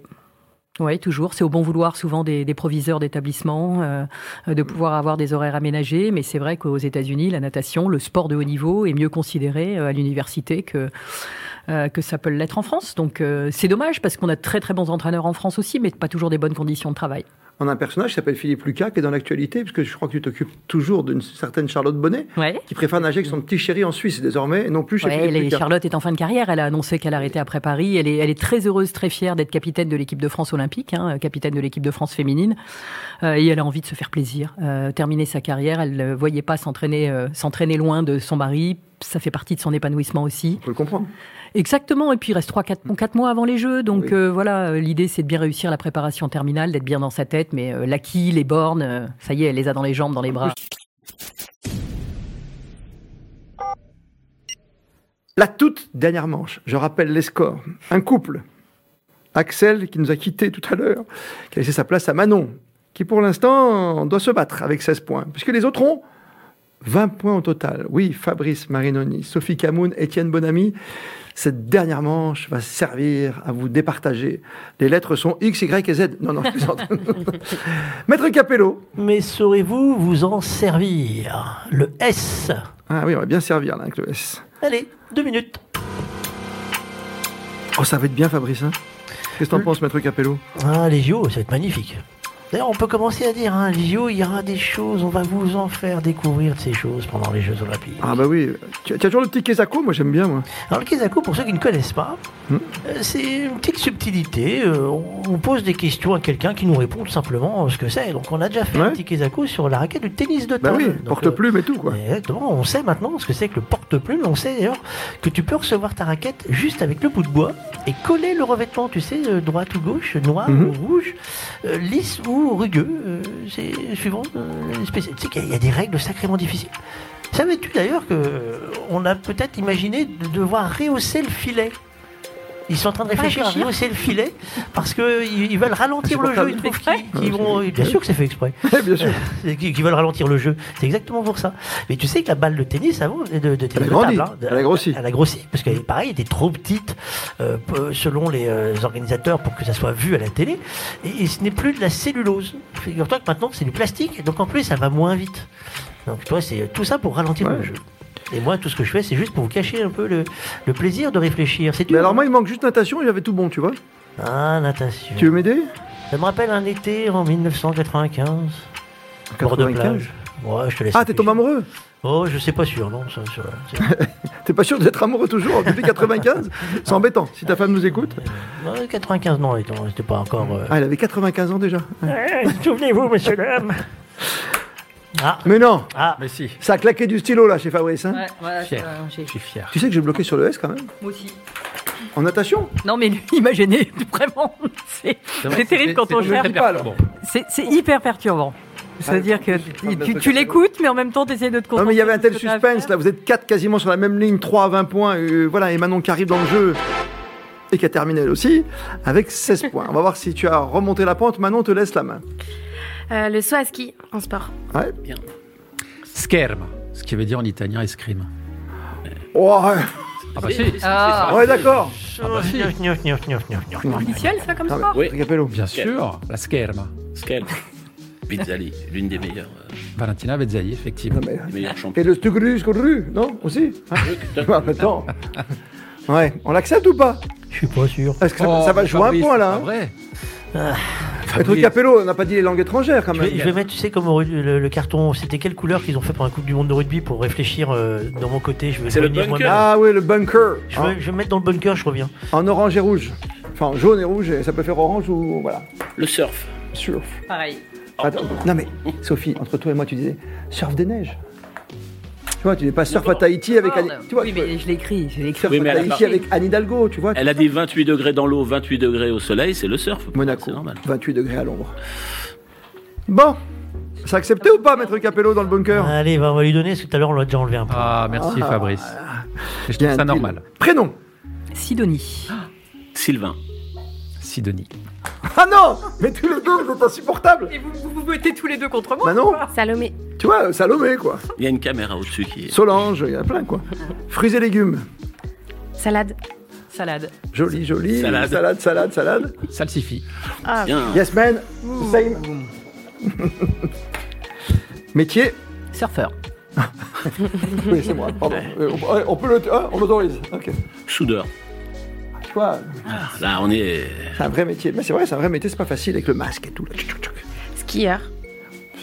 Speaker 2: Oui, toujours. C'est au bon vouloir souvent des, des proviseurs d'établissements euh, de pouvoir avoir des horaires aménagés. Mais c'est vrai qu'aux États-Unis, la natation, le sport de haut niveau est mieux considéré euh, à l'université que, euh, que ça peut l'être en France. Donc euh, c'est dommage parce qu'on a de très très bons entraîneurs en France aussi, mais pas toujours des bonnes conditions de travail.
Speaker 1: On a un personnage qui s'appelle Philippe Lucas, qui est dans l'actualité, parce que je crois que tu t'occupes toujours d'une certaine Charlotte Bonnet,
Speaker 2: Ouais.
Speaker 1: qui préfère nager avec son petit chéri en Suisse désormais, et non plus chez
Speaker 2: Mm. Ouais,
Speaker 1: Philippe
Speaker 2: elle est-
Speaker 1: Lucas.
Speaker 2: Charlotte est en fin de carrière. Elle a annoncé qu'elle arrêtait après Paris. Elle est, elle est très heureuse, très fière d'être capitaine de l'équipe de France olympique, hein, capitaine de l'équipe de France féminine. Euh, et elle a envie de se faire plaisir, euh, terminer sa carrière. Elle ne voyait pas s'entraîner, euh, s'entraîner loin de son mari. Ça fait partie de son épanouissement aussi.
Speaker 1: On peut le comprendre.
Speaker 2: Exactement. Et puis il reste trois, quatre, quatre mois avant les Jeux. Donc
Speaker 1: Oui.
Speaker 2: euh, voilà, euh, l'idée c'est de bien réussir la préparation terminale, d'être bien dans sa tête. Mais euh, l'acquis, les bornes, euh, ça y est, elle les a dans les jambes, dans les bras.
Speaker 1: La toute dernière manche, je rappelle les scores. Un couple, Axel qui nous a quittés tout à l'heure, qui a laissé sa place à Manon, qui pour l'instant doit se battre avec 16 points, puisque les autres ont 20 points au total. Oui, Fabrice Marinoni, Sophie Camoun, Étienne Bonamy. Cette dernière manche va servir à vous départager. Les lettres sont X, Y et Z. Non, non, je plaisante. Maître Capello.
Speaker 6: Mais saurez-vous vous en servir Le S.
Speaker 1: Ah oui, on va bien servir là avec le S.
Speaker 6: Allez, deux minutes.
Speaker 1: Oh, ça va être bien, Fabrice. hein Qu'est-ce que t'en penses, Maître Capello
Speaker 6: Ah, les JO, ça va être magnifique. D'ailleurs, on peut commencer à dire, hein, les JO, il y aura des choses, on va vous en faire découvrir de ces choses pendant les Jeux Olympiques.
Speaker 1: Ah bah oui, tu as tu as toujours le petit quesaco, moi j'aime bien moi.
Speaker 6: Alors le quesaco, pour ceux qui ne connaissent pas,
Speaker 1: Hmm.
Speaker 6: euh, c'est une petite subtilité. euh, on- on pose des questions à quelqu'un qui nous répond tout simplement euh, ce que c'est. Donc on a déjà fait
Speaker 1: Ouais.
Speaker 6: un petit quesaco sur la raquette du tennis de
Speaker 1: Bah
Speaker 6: table.
Speaker 1: oui,
Speaker 6: Donc, euh,
Speaker 1: porte-plume et tout quoi.
Speaker 6: Exactement, on sait maintenant ce que c'est que le porte-plume, on sait d'ailleurs que tu peux recevoir ta raquette juste avec le bout de bois et coller le revêtement, tu sais, euh, droite ou gauche, noir
Speaker 1: Mhm.
Speaker 6: ou rouge, euh, lisse ou rugueux, euh, c'est suivant euh, la spécialité. Tu sais qu'il y a- il y a des règles sacrément difficiles. Savais-tu d'ailleurs que euh, on a peut-être imaginé de devoir rehausser le filet ils sont en train de réfléchir à
Speaker 7: réfléchir.
Speaker 6: rehausser le filet parce qu'ils veulent ralentir
Speaker 1: C'est pour
Speaker 6: le jeu.
Speaker 1: ça,
Speaker 6: Ils
Speaker 1: c'est
Speaker 6: trouvent
Speaker 7: exprès
Speaker 6: qu'ils- qu'ils vont. Bien sûr que c'est fait exprès
Speaker 1: bien sûr.
Speaker 6: c'est- qui, qui veulent ralentir le jeu. C'est exactement pour ça. Mais tu sais que la balle de tennis avant, de, de tennis
Speaker 1: Elle a
Speaker 6: de
Speaker 1: grandi,
Speaker 6: table, hein, de-
Speaker 1: elle a grossi.
Speaker 6: elle a grossi parce qu'elle est pareil, elle était trop petite euh, peu- selon les euh, organisateurs pour que ça soit vu à la télé. Et, et ce n'est plus de la cellulose. Figure-toi que maintenant c'est du plastique, donc en plus ça va moins vite. Donc toi c'est tout ça pour ralentir
Speaker 1: Ouais.
Speaker 6: le jeu. Et moi tout ce que je fais c'est juste pour vous cacher un peu le, le plaisir de réfléchir. C'est
Speaker 1: Mais
Speaker 6: dur,
Speaker 1: alors
Speaker 6: hein.
Speaker 1: moi il manque juste natation et j'avais tout bon, tu vois.
Speaker 6: Ah natation.
Speaker 1: Tu veux m'aider
Speaker 6: Ça me rappelle un été en 1995. Bord de
Speaker 1: 95.
Speaker 6: plage. Ouais, je te laisse.
Speaker 1: Ah, t'es tombé
Speaker 6: réfléchir.
Speaker 1: amoureux
Speaker 6: Oh, je sais pas sûr, non. ça, ça, c'est-
Speaker 1: T'es pas sûr d'être amoureux toujours depuis 95
Speaker 6: Ah.
Speaker 1: C'est embêtant, si ta femme nous écoute.
Speaker 6: Ouais, 95, non, et non, c'était pas encore. euh,
Speaker 1: Ah, elle avait 95 ans déjà.
Speaker 6: eh, Souvenez-vous, monsieur l'homme. Ah,
Speaker 1: Mais bah non,
Speaker 6: ah,
Speaker 4: Mais si,
Speaker 1: ça a claqué du stylo là chez Fabrice. hein.
Speaker 7: Ouais, voilà,
Speaker 4: Fier.
Speaker 7: euh, j'ai-
Speaker 4: je suis fier.
Speaker 1: Tu sais que j'ai bloqué sur le S quand même
Speaker 7: Moi aussi.
Speaker 1: En natation
Speaker 2: Non, mais lui, il m'a gêné, vraiment. C'est c'est terrible quand on
Speaker 1: c'est-
Speaker 2: gère.
Speaker 1: c'est- pas, alors.
Speaker 2: C'est c'est hyper perturbant. C'est-à-dire que
Speaker 1: Ah,
Speaker 2: tu, tu l'écoutes, mais en même temps, tu essaies de te concentrer.
Speaker 1: Non mais il y avait un
Speaker 2: sur ce
Speaker 1: tel
Speaker 2: que t'as à
Speaker 1: suspense
Speaker 2: faire.
Speaker 1: là, vous êtes quatre quasiment sur la même ligne, 3 à 20 points, euh, voilà, et Manon qui arrive dans le jeu. et qui a terminé elle aussi avec 16 points. On va voir si tu as remonté la pente. Manon te laisse la main.
Speaker 8: Euh, le saut à ski en sport.
Speaker 4: Scherm, ce qui veut dire en italien escrime.
Speaker 1: Oh, ouais.
Speaker 4: Ah bah si,
Speaker 2: Ah,
Speaker 1: ouais, d'accord.
Speaker 6: oh,
Speaker 2: officiel, ça, comme
Speaker 1: Non, mais-
Speaker 2: sport
Speaker 5: Oui,
Speaker 1: Capello.
Speaker 4: bien sûr, la scherma.
Speaker 5: Skel. Pizzali, l'une des meilleures, euh,
Speaker 4: Valentina Vezzali, effectivement.
Speaker 1: Non, mais-
Speaker 5: des meilleures
Speaker 1: Et
Speaker 5: championnes.
Speaker 1: le Stugru, Stugru, non Aussi Bah, Attends. Ouais, on l'accepte ou pas
Speaker 6: Je suis pas sûr.
Speaker 1: Est-ce que ça,
Speaker 4: Oh,
Speaker 1: ça va jouer un
Speaker 4: Fabrice,
Speaker 1: point là
Speaker 4: c'est
Speaker 1: hein
Speaker 4: pas vrai.
Speaker 1: Le truc Capello, on n'a pas dit les langues étrangères quand
Speaker 6: Je vais,
Speaker 1: même.
Speaker 6: je vais mettre, tu sais, comme au rug- le, le carton, c'était quelle couleur qu'ils ont fait pour la Coupe du Monde de rugby pour réfléchir euh, dans mon côté. Je vais
Speaker 5: C'est le
Speaker 6: revenir
Speaker 5: bunker.
Speaker 6: moi-même.
Speaker 1: Ah oui, le bunker.
Speaker 6: Je
Speaker 1: hein,
Speaker 6: vais, je vais me mettre dans le bunker, je reviens.
Speaker 1: en orange et rouge. Enfin, jaune et rouge, et ça peut faire orange ou. Voilà.
Speaker 5: Le surf.
Speaker 1: Surf.
Speaker 7: Pareil.
Speaker 1: Attends, non mais, Sophie, entre toi et moi, tu disais surf des neiges. Tu vois, tu n'es pas surf à Tahiti avec Anne. Tu vois, euh,
Speaker 2: oui,
Speaker 1: tu peux
Speaker 2: mais je l'ai écrit, je l'ai écrit.
Speaker 1: surf
Speaker 5: Oui, mais
Speaker 1: à
Speaker 5: elle a
Speaker 1: Tahiti
Speaker 5: pas-
Speaker 1: avec Anne Hidalgo, tu vois.
Speaker 5: Elle a dit 28 degrés dans l'eau, 28 degrés au soleil, c'est le surf.
Speaker 1: Monaco,
Speaker 5: C'est normal.
Speaker 1: 28 degrés à l'ombre. Bon, c'est accepté ou pas, maître Capello, dans le
Speaker 2: Euh,
Speaker 1: bunker
Speaker 6: Allez, bah, on va lui donner, parce que tout à l'heure on l'a déjà enlevé un peu.
Speaker 4: Ah, merci Fabrice. Je
Speaker 1: Il y
Speaker 4: trouve
Speaker 1: a un
Speaker 4: ça
Speaker 1: deal.
Speaker 4: normal.
Speaker 1: Prénom
Speaker 2: Sidonie.
Speaker 5: Sylvain.
Speaker 4: Sidonie.
Speaker 1: Ah non Mais tous les deux, c'est insupportable
Speaker 7: Et vous, vous vous mettez tous les deux contre moi
Speaker 1: Manon,
Speaker 8: Salomé.
Speaker 1: tu vois, Salomé, quoi.
Speaker 5: Il y a une caméra au-dessus qui est.
Speaker 1: Solange, il y en a plein, quoi. Fruits et légumes.
Speaker 8: Salade.
Speaker 7: Salade.
Speaker 1: Joli, joli.
Speaker 5: Salade.
Speaker 1: salade, salade. salade.
Speaker 4: Salsifie.
Speaker 8: Ah,
Speaker 5: Bien.
Speaker 1: Yes, man. Same. Métier
Speaker 2: Surfeur.
Speaker 1: Oui, c'est moi, pardon. Euh, on- ouais, On peut le... ah, on l'autorise. Ok.
Speaker 5: Soudeur.
Speaker 1: Tu vois,
Speaker 5: Ah, Là, on est.
Speaker 1: c'est un vrai métier. Mais c'est vrai, c'est un vrai métier, c'est pas facile avec le masque et tout. là. Tchouk, tchouk, tchouk.
Speaker 8: skieur.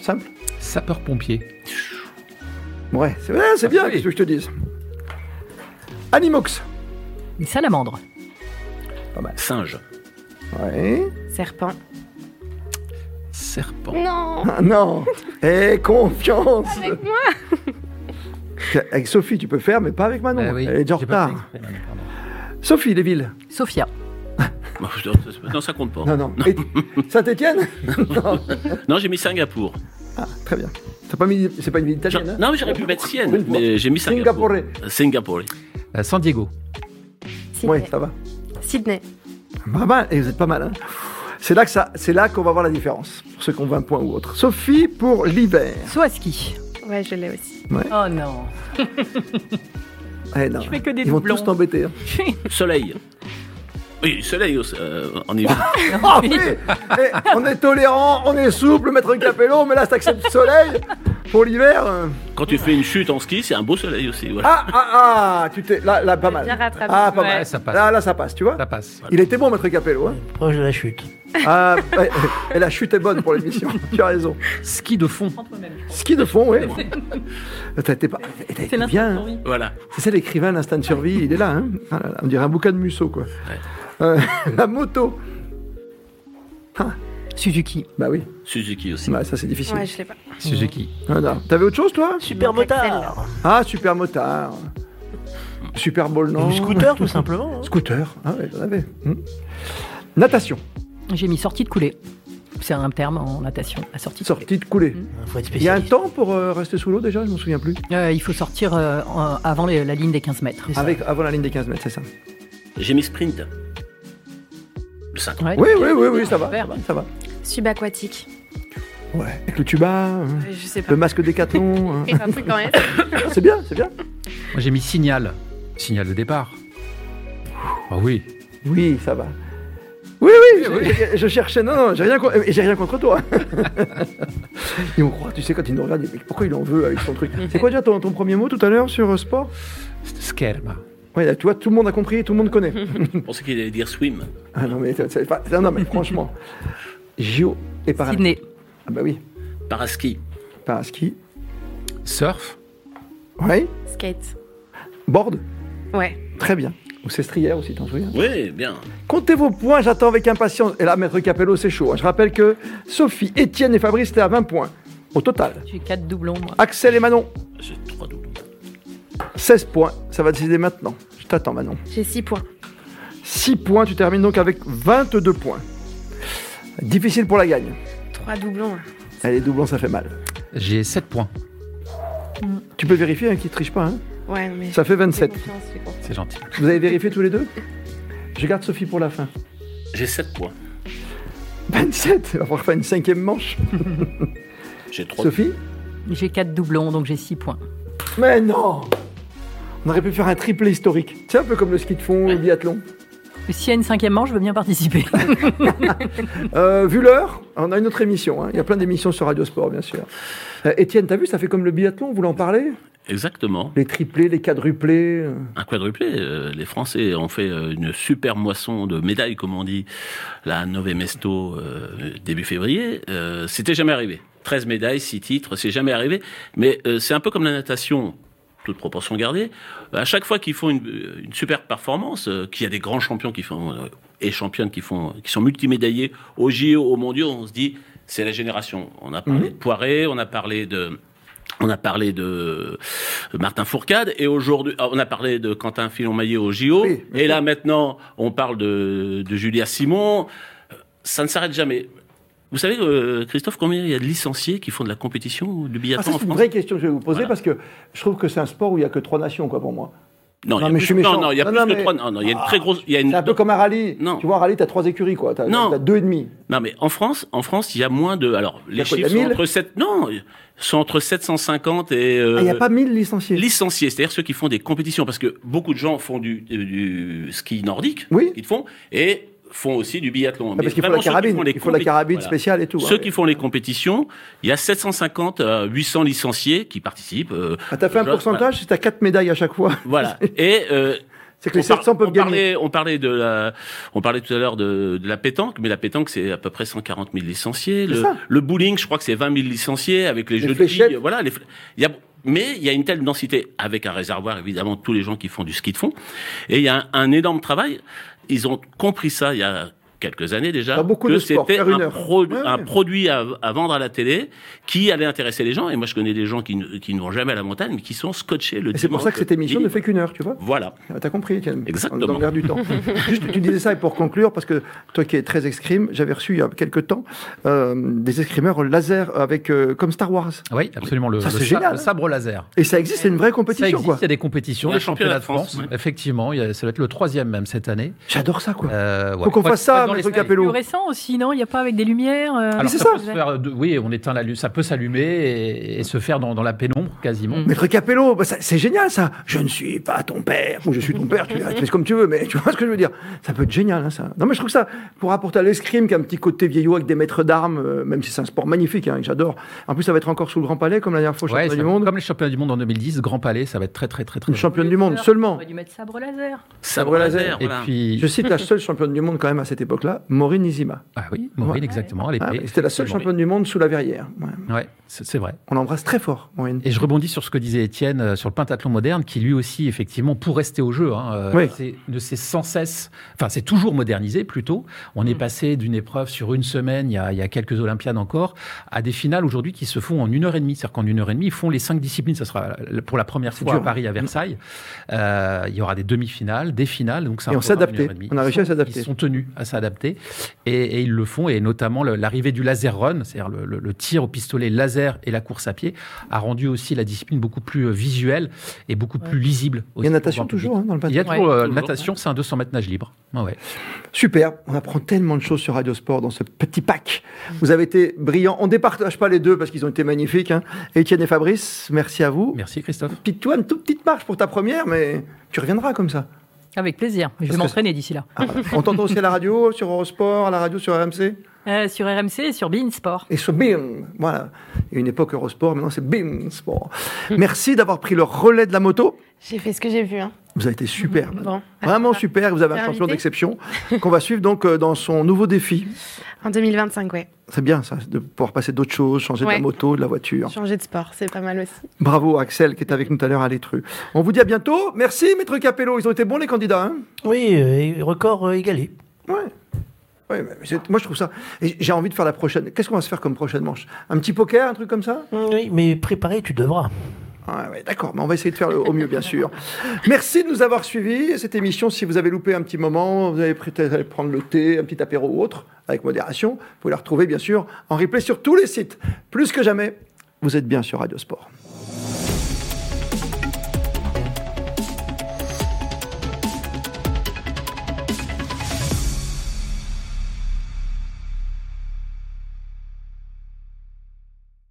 Speaker 1: Simple.
Speaker 4: Sapeur-pompier.
Speaker 1: Ouais, c'est ouais, c'est bien, qu'est-ce que je te dise. Animox.
Speaker 2: Une salamandre.
Speaker 5: Singe.
Speaker 1: Ouais.
Speaker 8: Serpent.
Speaker 4: Serpent.
Speaker 8: Non
Speaker 1: Ah, non. Eh, confiance. Avec moi. Avec Sophie, tu peux faire, mais pas avec Manon.
Speaker 4: Eh oui,
Speaker 1: Elle est déjà en
Speaker 4: j'ai pas fait
Speaker 1: retard.
Speaker 4: exprès, Manon, pardon.
Speaker 1: Sophie, les villes.
Speaker 2: Sophia.
Speaker 5: Non, ça compte pas.
Speaker 1: Non, non. Saint-Etienne Non.
Speaker 5: Non, j'ai mis Singapour.
Speaker 1: Ah, très bien. T'as pas mis... C'est pas une ville italienne, hein
Speaker 5: Non, mais j'aurais pu mettre
Speaker 1: Une
Speaker 5: Sienne,
Speaker 1: fois.
Speaker 5: mais j'ai mis Singapour.
Speaker 1: Singapouré.
Speaker 5: Singapour.
Speaker 4: Euh, San Diego.
Speaker 8: Sydney.
Speaker 1: Ouais, ça va.
Speaker 8: Sydney.
Speaker 1: Pas mal, et vous êtes pas mal. hein. C'est là que ça, c'est là qu'on va voir la différence pour ceux qui ont 20 points ou autre. Sophie pour l'hiver.
Speaker 2: Saut à ski.
Speaker 8: Ouais, je l'ai aussi.
Speaker 7: Oh non.
Speaker 1: Eh non,
Speaker 7: Je fais que des
Speaker 1: ils vont
Speaker 7: doublons.
Speaker 1: tous t'embêter. hein.
Speaker 5: Soleil. Oui, soleil aussi, euh, en hiver.
Speaker 1: Ah oui, Eh, on est tolérant, on est souple, maître Capello, mais là t'acceptes le soleil pour l'hiver. euh.
Speaker 5: Quand tu fais une chute en ski, c'est un beau soleil aussi.
Speaker 1: Ah
Speaker 5: voilà.
Speaker 1: ah ah, tu t'es là, là pas mal.
Speaker 8: Bien rattrapé.
Speaker 1: Ah pas
Speaker 7: Ouais.
Speaker 1: mal.
Speaker 4: Ouais, ça passe.
Speaker 1: Là là ça passe, tu vois.
Speaker 4: Ça passe.
Speaker 1: Il était bon, maître Capello. hein.
Speaker 6: Proche de la chute.
Speaker 1: Ah, ouais, ouais. et la chute est bonne pour l'émission. tu as raison.
Speaker 4: Ski de fond.
Speaker 1: Ski de fond, oui. T'as été pas, t'as été
Speaker 7: C'est
Speaker 1: bien. hein.
Speaker 7: l'instant survie.
Speaker 5: Voilà.
Speaker 1: C'est ça l'écrivain, l'instinct de survie, il est là, hein Ah là là, On dirait un bouquin de Musso, quoi. Euh, la moto
Speaker 2: Suzuki.
Speaker 1: Bah oui,
Speaker 5: Suzuki aussi.
Speaker 1: bah, ça c'est difficile.
Speaker 8: Ouais, je l'ai pas.
Speaker 4: Suzuki.
Speaker 1: Ah, non. T'avais autre chose, toi
Speaker 6: Super
Speaker 8: Donc,
Speaker 6: motard.
Speaker 1: Ah, super motard. Super ball, non
Speaker 6: Ou scooter, tout simplement. hein.
Speaker 1: Scooter, ah ouais, j'en avais. Hum. Natation,
Speaker 2: J'ai mis sortie de coulée. C'est un terme en natation, la sortie de coulée.
Speaker 1: sortie de coulée.
Speaker 6: hein. Faut être
Speaker 1: Il y a un
Speaker 6: spécialiste.
Speaker 1: temps pour euh, rester sous l'eau déjà, je m'en souviens plus.
Speaker 2: Euh, il faut sortir euh, en- avant les- la ligne des 15 mètres.
Speaker 1: Avec, avant la ligne des 15 mètres, c'est ça.
Speaker 5: J'ai mis sprint. Le 50.
Speaker 2: Ouais.
Speaker 1: Oui, oui, oui, oui, ça va.
Speaker 2: Super.
Speaker 1: Ça va.
Speaker 8: Subaquatique.
Speaker 1: Ouais. Avec le tuba, euh,
Speaker 8: Euh, Je sais pas.
Speaker 1: le masque décathlon. euh.
Speaker 8: Un truc en S.
Speaker 1: C'est bien, c'est bien.
Speaker 4: Moi, j'ai mis signal. Signal de départ. Ah oui.
Speaker 1: Oui, ça va. Oui, oui, je, je- je cherchais. Non, non, j'ai rien, co- et j'ai rien contre toi. et on croit, tu sais, quand il nous regarde, il dit, mais pourquoi il en veut avec son truc C'est quoi déjà ton, ton premier mot tout à l'heure sur euh, sport
Speaker 4: Scherma.
Speaker 1: Ouais, là, tu vois, tout le monde a compris, tout le monde connaît.
Speaker 5: Je pensais qu'il allait dire swim.
Speaker 1: ah non, mais, c'est- c'est pas- non, non, mais franchement, JO et Paralympiques.
Speaker 2: Sydney.
Speaker 1: Ah bah oui,
Speaker 5: Paraski.
Speaker 1: par ski.
Speaker 4: Surf.
Speaker 1: Ouais,
Speaker 8: Skate.
Speaker 1: board,
Speaker 8: Ouais.
Speaker 1: très bien. Ou Sestrière aussi, t'en souviens
Speaker 5: Oui, bien.
Speaker 1: Comptez vos points, j'attends avec impatience. Et là, Maître Capello, c'est chaud. hein. Je rappelle que Sophie, Étienne et Fabrice étaient à 20 points au total.
Speaker 2: J'ai quatre doublons, moi.
Speaker 1: Axel et Manon,
Speaker 5: J'ai trois doubles.
Speaker 1: 16 points, ça va décider maintenant. Je t'attends Manon.
Speaker 8: J'ai 6 points.
Speaker 1: 6 points, tu termines donc avec 22 points. Difficile pour la gagne.
Speaker 8: 3 doublons. hein.
Speaker 1: Eh, Les doublons, ça fait mal.
Speaker 4: J'ai 7 points.
Speaker 1: Tu peux vérifier hein, qui triche pas. hein.
Speaker 8: Ouais, non, mais.
Speaker 1: Ça fait
Speaker 8: fais
Speaker 1: 27.
Speaker 8: confiance, fais confiance.
Speaker 4: C'est gentil.
Speaker 1: Vous avez vérifié tous les deux Je garde Sophie pour la fin.
Speaker 5: J'ai 7 points.
Speaker 1: 27, il va falloir faire une cinquième manche.
Speaker 5: J'ai 3
Speaker 1: Sophie
Speaker 2: J'ai 4 doublons, donc j'ai 6 points.
Speaker 1: Mais non On aurait pu faire un triplé historique. C'est un peu comme le ski de fond, le biathlon.
Speaker 2: S'il y a une cinquième manche, je veux bien participer.
Speaker 1: Euh, vu l'heure, on a une autre émission. hein. Il y a plein d'émissions sur Radio Sport, bien sûr. Euh, Étienne, t'as vu, ça fait comme le biathlon, vous voulez en parler
Speaker 5: Exactement.
Speaker 1: Les triplés, les quadruplés. euh.
Speaker 5: Un quadruplé. euh, les Français ont fait euh, une super moisson de médailles, comme on dit, la Nove Mesto euh, début février. Euh, C'était jamais arrivé. 13 médailles, 6 titres, c'est jamais arrivé. Mais euh, c'est un peu comme la natation, toute proportion gardée. À chaque fois qu'ils font une, une super performance, euh, qu'il y a des grands champions qui font euh, et championnes qui font qui sont multimédaillés au JO, aux Mondiaux, on se dit c'est la génération. On a
Speaker 1: Mhm.
Speaker 5: parlé de Poiré, on a parlé de on a parlé de Martin Fourcade et aujourd'hui, ah, on a parlé de Quentin Fillon-Maillet au JO.
Speaker 1: Oui, bien
Speaker 5: et là, maintenant, on parle de, de Julia Simon. Ça ne s'arrête jamais. Vous savez, euh, Christophe, combien il y a de licenciés qui font de la compétition ou du
Speaker 1: Ah,
Speaker 5: biathlon
Speaker 1: ça,
Speaker 5: en
Speaker 1: c'est une
Speaker 5: France
Speaker 1: vraie question que je vais vous poser
Speaker 5: Voilà.
Speaker 1: parce que je trouve que c'est un sport où il n'y a que trois nations, quoi, pour moi.
Speaker 5: Non, il y a
Speaker 1: Non, mais
Speaker 5: plus-
Speaker 1: je suis
Speaker 5: non,
Speaker 1: méchant.
Speaker 5: non, il y a
Speaker 1: Non,
Speaker 5: plus
Speaker 1: non,
Speaker 5: que
Speaker 1: mais-
Speaker 5: trois. Non, non, il y a une
Speaker 1: Ah,
Speaker 5: très grosse. Il y a une...
Speaker 1: C'est un peu comme un rallye.
Speaker 5: Non.
Speaker 1: Tu vois, un rallye, t'as trois écuries, quoi. T'as
Speaker 5: Non. Euh,
Speaker 1: t'as deux et demi.
Speaker 5: Non, mais en France, en France, il y a moins de. Alors,
Speaker 1: y a
Speaker 5: les
Speaker 1: quoi, il y
Speaker 5: chiffres
Speaker 1: a
Speaker 5: sont
Speaker 1: 1000?
Speaker 5: entre, sept- non, sont entre 750 et.
Speaker 1: Ah,
Speaker 5: euh,
Speaker 1: Il n'y a pas mille licenciés.
Speaker 5: licenciés, c'est-à-dire ceux qui font des compétitions, parce que beaucoup de gens font du, euh, du ski nordique,
Speaker 1: Oui.
Speaker 5: ils font, et font aussi du biathlon.
Speaker 1: Ah,
Speaker 5: Mais
Speaker 1: parce qu'il faut
Speaker 5: vraiment,
Speaker 1: la
Speaker 5: ceux qui
Speaker 1: carabine.
Speaker 5: font les
Speaker 1: Il faut la
Speaker 5: compéti-
Speaker 1: carabine
Speaker 5: voilà.
Speaker 1: spéciale et tout.
Speaker 5: Ceux
Speaker 1: hein.
Speaker 5: qui font les compétitions, il y a 750 à 800 licenciés qui participent. euh,
Speaker 1: Ah, t'as fait un
Speaker 5: Voilà.
Speaker 1: pourcentage, c'est à quatre médailles à chaque fois.
Speaker 5: voilà. Et euh,
Speaker 1: C'est que les
Speaker 5: on par-
Speaker 1: 700 peuvent
Speaker 5: on
Speaker 1: gagner.
Speaker 5: parlait, on parlait de la, on parlait tout à l'heure de, de la pétanque, mais la pétanque c'est à peu près 140 000 licenciés.
Speaker 1: C'est
Speaker 5: Le,
Speaker 1: ça.
Speaker 5: le bowling, je crois que c'est 20 000 licenciés avec les,
Speaker 1: Les
Speaker 5: jeux de
Speaker 1: fléchettes.
Speaker 5: filles. Voilà. les fl- il y a- mais il y a une telle densité avec un réservoir évidemment de tous les gens qui font du ski de fond. Et il y a un, un énorme travail. Ils ont compris ça il y a quelques années déjà
Speaker 1: Dans beaucoup
Speaker 5: que
Speaker 1: de sports,
Speaker 5: c'était
Speaker 1: faire une
Speaker 5: un,
Speaker 1: heure.
Speaker 5: pro-
Speaker 1: Ouais,
Speaker 5: un
Speaker 1: ouais.
Speaker 5: produit à, à vendre à la télé qui allait intéresser les gens. Et moi je connais des gens qui, ne- qui ne vont jamais à la montagne mais qui sont scotchés le
Speaker 1: Et c'est pour
Speaker 5: dimanche
Speaker 1: ça que cette émission ne
Speaker 5: midi.
Speaker 1: fait qu'une heure, tu vois.
Speaker 5: Voilà.
Speaker 1: Ah, T'as compris, Étienne.
Speaker 5: Exactement.
Speaker 1: Dans le garde du temps. Juste, tu disais ça et pour conclure, parce que toi qui es très escrime, j'avais reçu il y a quelques temps euh, des escrimeurs laser avec euh, comme Star Wars.
Speaker 4: Ah Oui, absolument, le,
Speaker 1: Ça,
Speaker 4: le
Speaker 1: c'est
Speaker 4: sa-
Speaker 1: génial.
Speaker 4: le sabre laser.
Speaker 1: Et ça existe, c'est une vraie
Speaker 4: Ça
Speaker 1: compétition,
Speaker 4: existe,
Speaker 1: quoi.
Speaker 4: il y a des compétitions,
Speaker 5: Il y a
Speaker 4: des
Speaker 5: un championnat
Speaker 4: championnats de
Speaker 5: de
Speaker 4: France.
Speaker 5: France,
Speaker 4: Effectivement, il y a- ça doit être le troisième même cette année.
Speaker 1: J'adore ça, quoi.
Speaker 4: Euh, ouais.
Speaker 1: Faut qu'on
Speaker 4: Faut
Speaker 1: fasse
Speaker 4: être- faut
Speaker 1: ça,
Speaker 4: être dans
Speaker 1: mon
Speaker 4: les
Speaker 1: truc
Speaker 4: slides.
Speaker 1: à pélo.
Speaker 2: Plus récent aussi, non Il n'y a pas avec des lumières euh,
Speaker 4: Alors,
Speaker 1: c'est
Speaker 4: ça,
Speaker 1: ça.
Speaker 4: peut se faire de- oui, on éteint la lune, ça peut s'allumer et, et se faire dans, dans la pénombre quasiment.
Speaker 1: Mais truc à pélo, bah, ça- c'est génial, ça. Je ne suis pas ton père. Ou je suis ton père, tu tu fais comme tu veux, mais tu vois ce que je veux dire. Ça peut être génial, hein, ça. Non, mais je trouve que ça, pour apporter à l'escrime, qui a un petit côté vieillot avec des maîtres d'armes, euh, même si c'est un sport magnifique, hein, que j'adore. En plus, ça va être encore sous le Grand Palais, comme la dernière fois au
Speaker 4: Ouais,
Speaker 1: championnat
Speaker 4: ça-
Speaker 1: du monde.
Speaker 4: Comme les championnats du monde en 2010, Grand Palais, ça va être très très très très.
Speaker 1: Une championne du monde seulement.
Speaker 2: On aurait dû mettre sabre laser.
Speaker 5: Sabre laser.
Speaker 4: Et
Speaker 5: voilà.
Speaker 4: puis,
Speaker 1: Je cite la seule championne du monde quand même à cette époque-là, Maureen Nizima.
Speaker 4: ah oui, Maureen exactement à l'épée.
Speaker 1: Ah, mais C'était la seule
Speaker 4: Maureen.
Speaker 1: championne du monde sous la verrière. Ouais.
Speaker 4: Ouais, c'est c'est vrai.
Speaker 1: On l'embrasse très fort, Maureen.
Speaker 4: Et je rebondis sur ce que disait Étienne euh, sur le pentathlon moderne, qui lui aussi, effectivement, pour rester au jeu, hein, euh,
Speaker 1: Oui.
Speaker 4: c'est- ne s'est sans cesse, enfin, c'est toujours modernisé plutôt. On
Speaker 1: Mm.
Speaker 4: est passé d'une épreuve sur une semaine, il y a, il y a quelques Olympiades encore, à des finales aujourd'hui qui se font en une heure et demie. C'est-à-dire qu'en une heure et demie, ils font les cinq disciplines. Ça sera la- pour la première fois
Speaker 1: dur,
Speaker 4: à Paris, à Versailles. Euh, il y aura des demi-finales, des finales. Donc c'est un
Speaker 1: Et on s'est
Speaker 4: programme d'une
Speaker 1: adapté.
Speaker 4: heure et demie.
Speaker 1: On a réussi à
Speaker 4: Ils sont-
Speaker 1: s'adapter.
Speaker 4: Ils sont tenus à s'adapter et, et ils le font. Et notamment le- l'arrivée du laser run, c'est-à-dire le- le- le tir au pistolet laser et la course à pied, a rendu aussi la discipline beaucoup plus euh, visuelle et beaucoup plus lisible.
Speaker 1: Il
Speaker 4: aussi
Speaker 1: y a
Speaker 4: pour
Speaker 1: natation
Speaker 4: voir public.
Speaker 1: toujours hein, dans le
Speaker 4: Il y
Speaker 1: patin.
Speaker 4: a toujours, euh,
Speaker 5: toujours.
Speaker 4: natation, c'est un 200 mètres nage libre. Ah ouais.
Speaker 1: Super, on apprend tellement de choses sur Radio Sport dans ce petit pack. Vous avez été brillants. On ne départage pas les deux parce qu'ils ont été magnifiques. hein. Étienne et Fabrice, merci à vous.
Speaker 4: Merci Christophe.
Speaker 1: Petite, toi, une toute petite marche pour ta première, mais tu reviendras comme ça.
Speaker 2: Avec plaisir. Je
Speaker 1: Parce
Speaker 2: vais
Speaker 1: que-
Speaker 2: m'entraîner d'ici là.
Speaker 1: Ah, voilà. on t'entend aussi à la radio, sur Eurosport, à la radio, sur RMC
Speaker 2: Euh, sur RMC et sur Bein Sport.
Speaker 1: Et sur BIM, voilà. Il y a une époque Eurosport, maintenant c'est BIM Sport. Merci d'avoir pris le relais de la moto.
Speaker 8: J'ai fait ce que j'ai vu. Hein.
Speaker 1: Vous avez été super.
Speaker 8: Bon.
Speaker 1: Vraiment super, vous avez un
Speaker 8: T'es
Speaker 1: champion
Speaker 8: invité
Speaker 1: d'exception qu'on va suivre donc euh, dans son nouveau défi.
Speaker 8: En 2025, ouais.
Speaker 1: C'est bien ça, de pouvoir passer d'autres choses, changer de la
Speaker 8: Ouais.
Speaker 1: moto, de la voiture.
Speaker 8: Changer de sport, c'est pas mal aussi.
Speaker 1: Bravo Axel qui est avec nous tout à l'heure à l'étru. On vous dit à bientôt. Merci Maître Capello, ils ont été bons les candidats. hein
Speaker 6: Oui, euh, record euh, égalé.
Speaker 1: ouais. Ouais, mais c'est- moi je trouve ça. et J'ai envie de faire la prochaine. Qu'est-ce qu'on va se faire comme prochaine manche Un petit poker, un truc comme ça
Speaker 6: Mm, Oui, mais préparé, tu devras.
Speaker 1: Ah ouais, d'accord, mais on va essayer de faire le- au mieux, bien sûr. Merci de nous avoir suivis. Cette émission, si vous avez loupé un petit moment, vous avez peut-être allé prendre le thé, un petit apéro ou autre, avec modération, vous pouvez la retrouver, bien sûr, en replay sur tous les sites. Plus que jamais, vous êtes bien sur Radio Sport.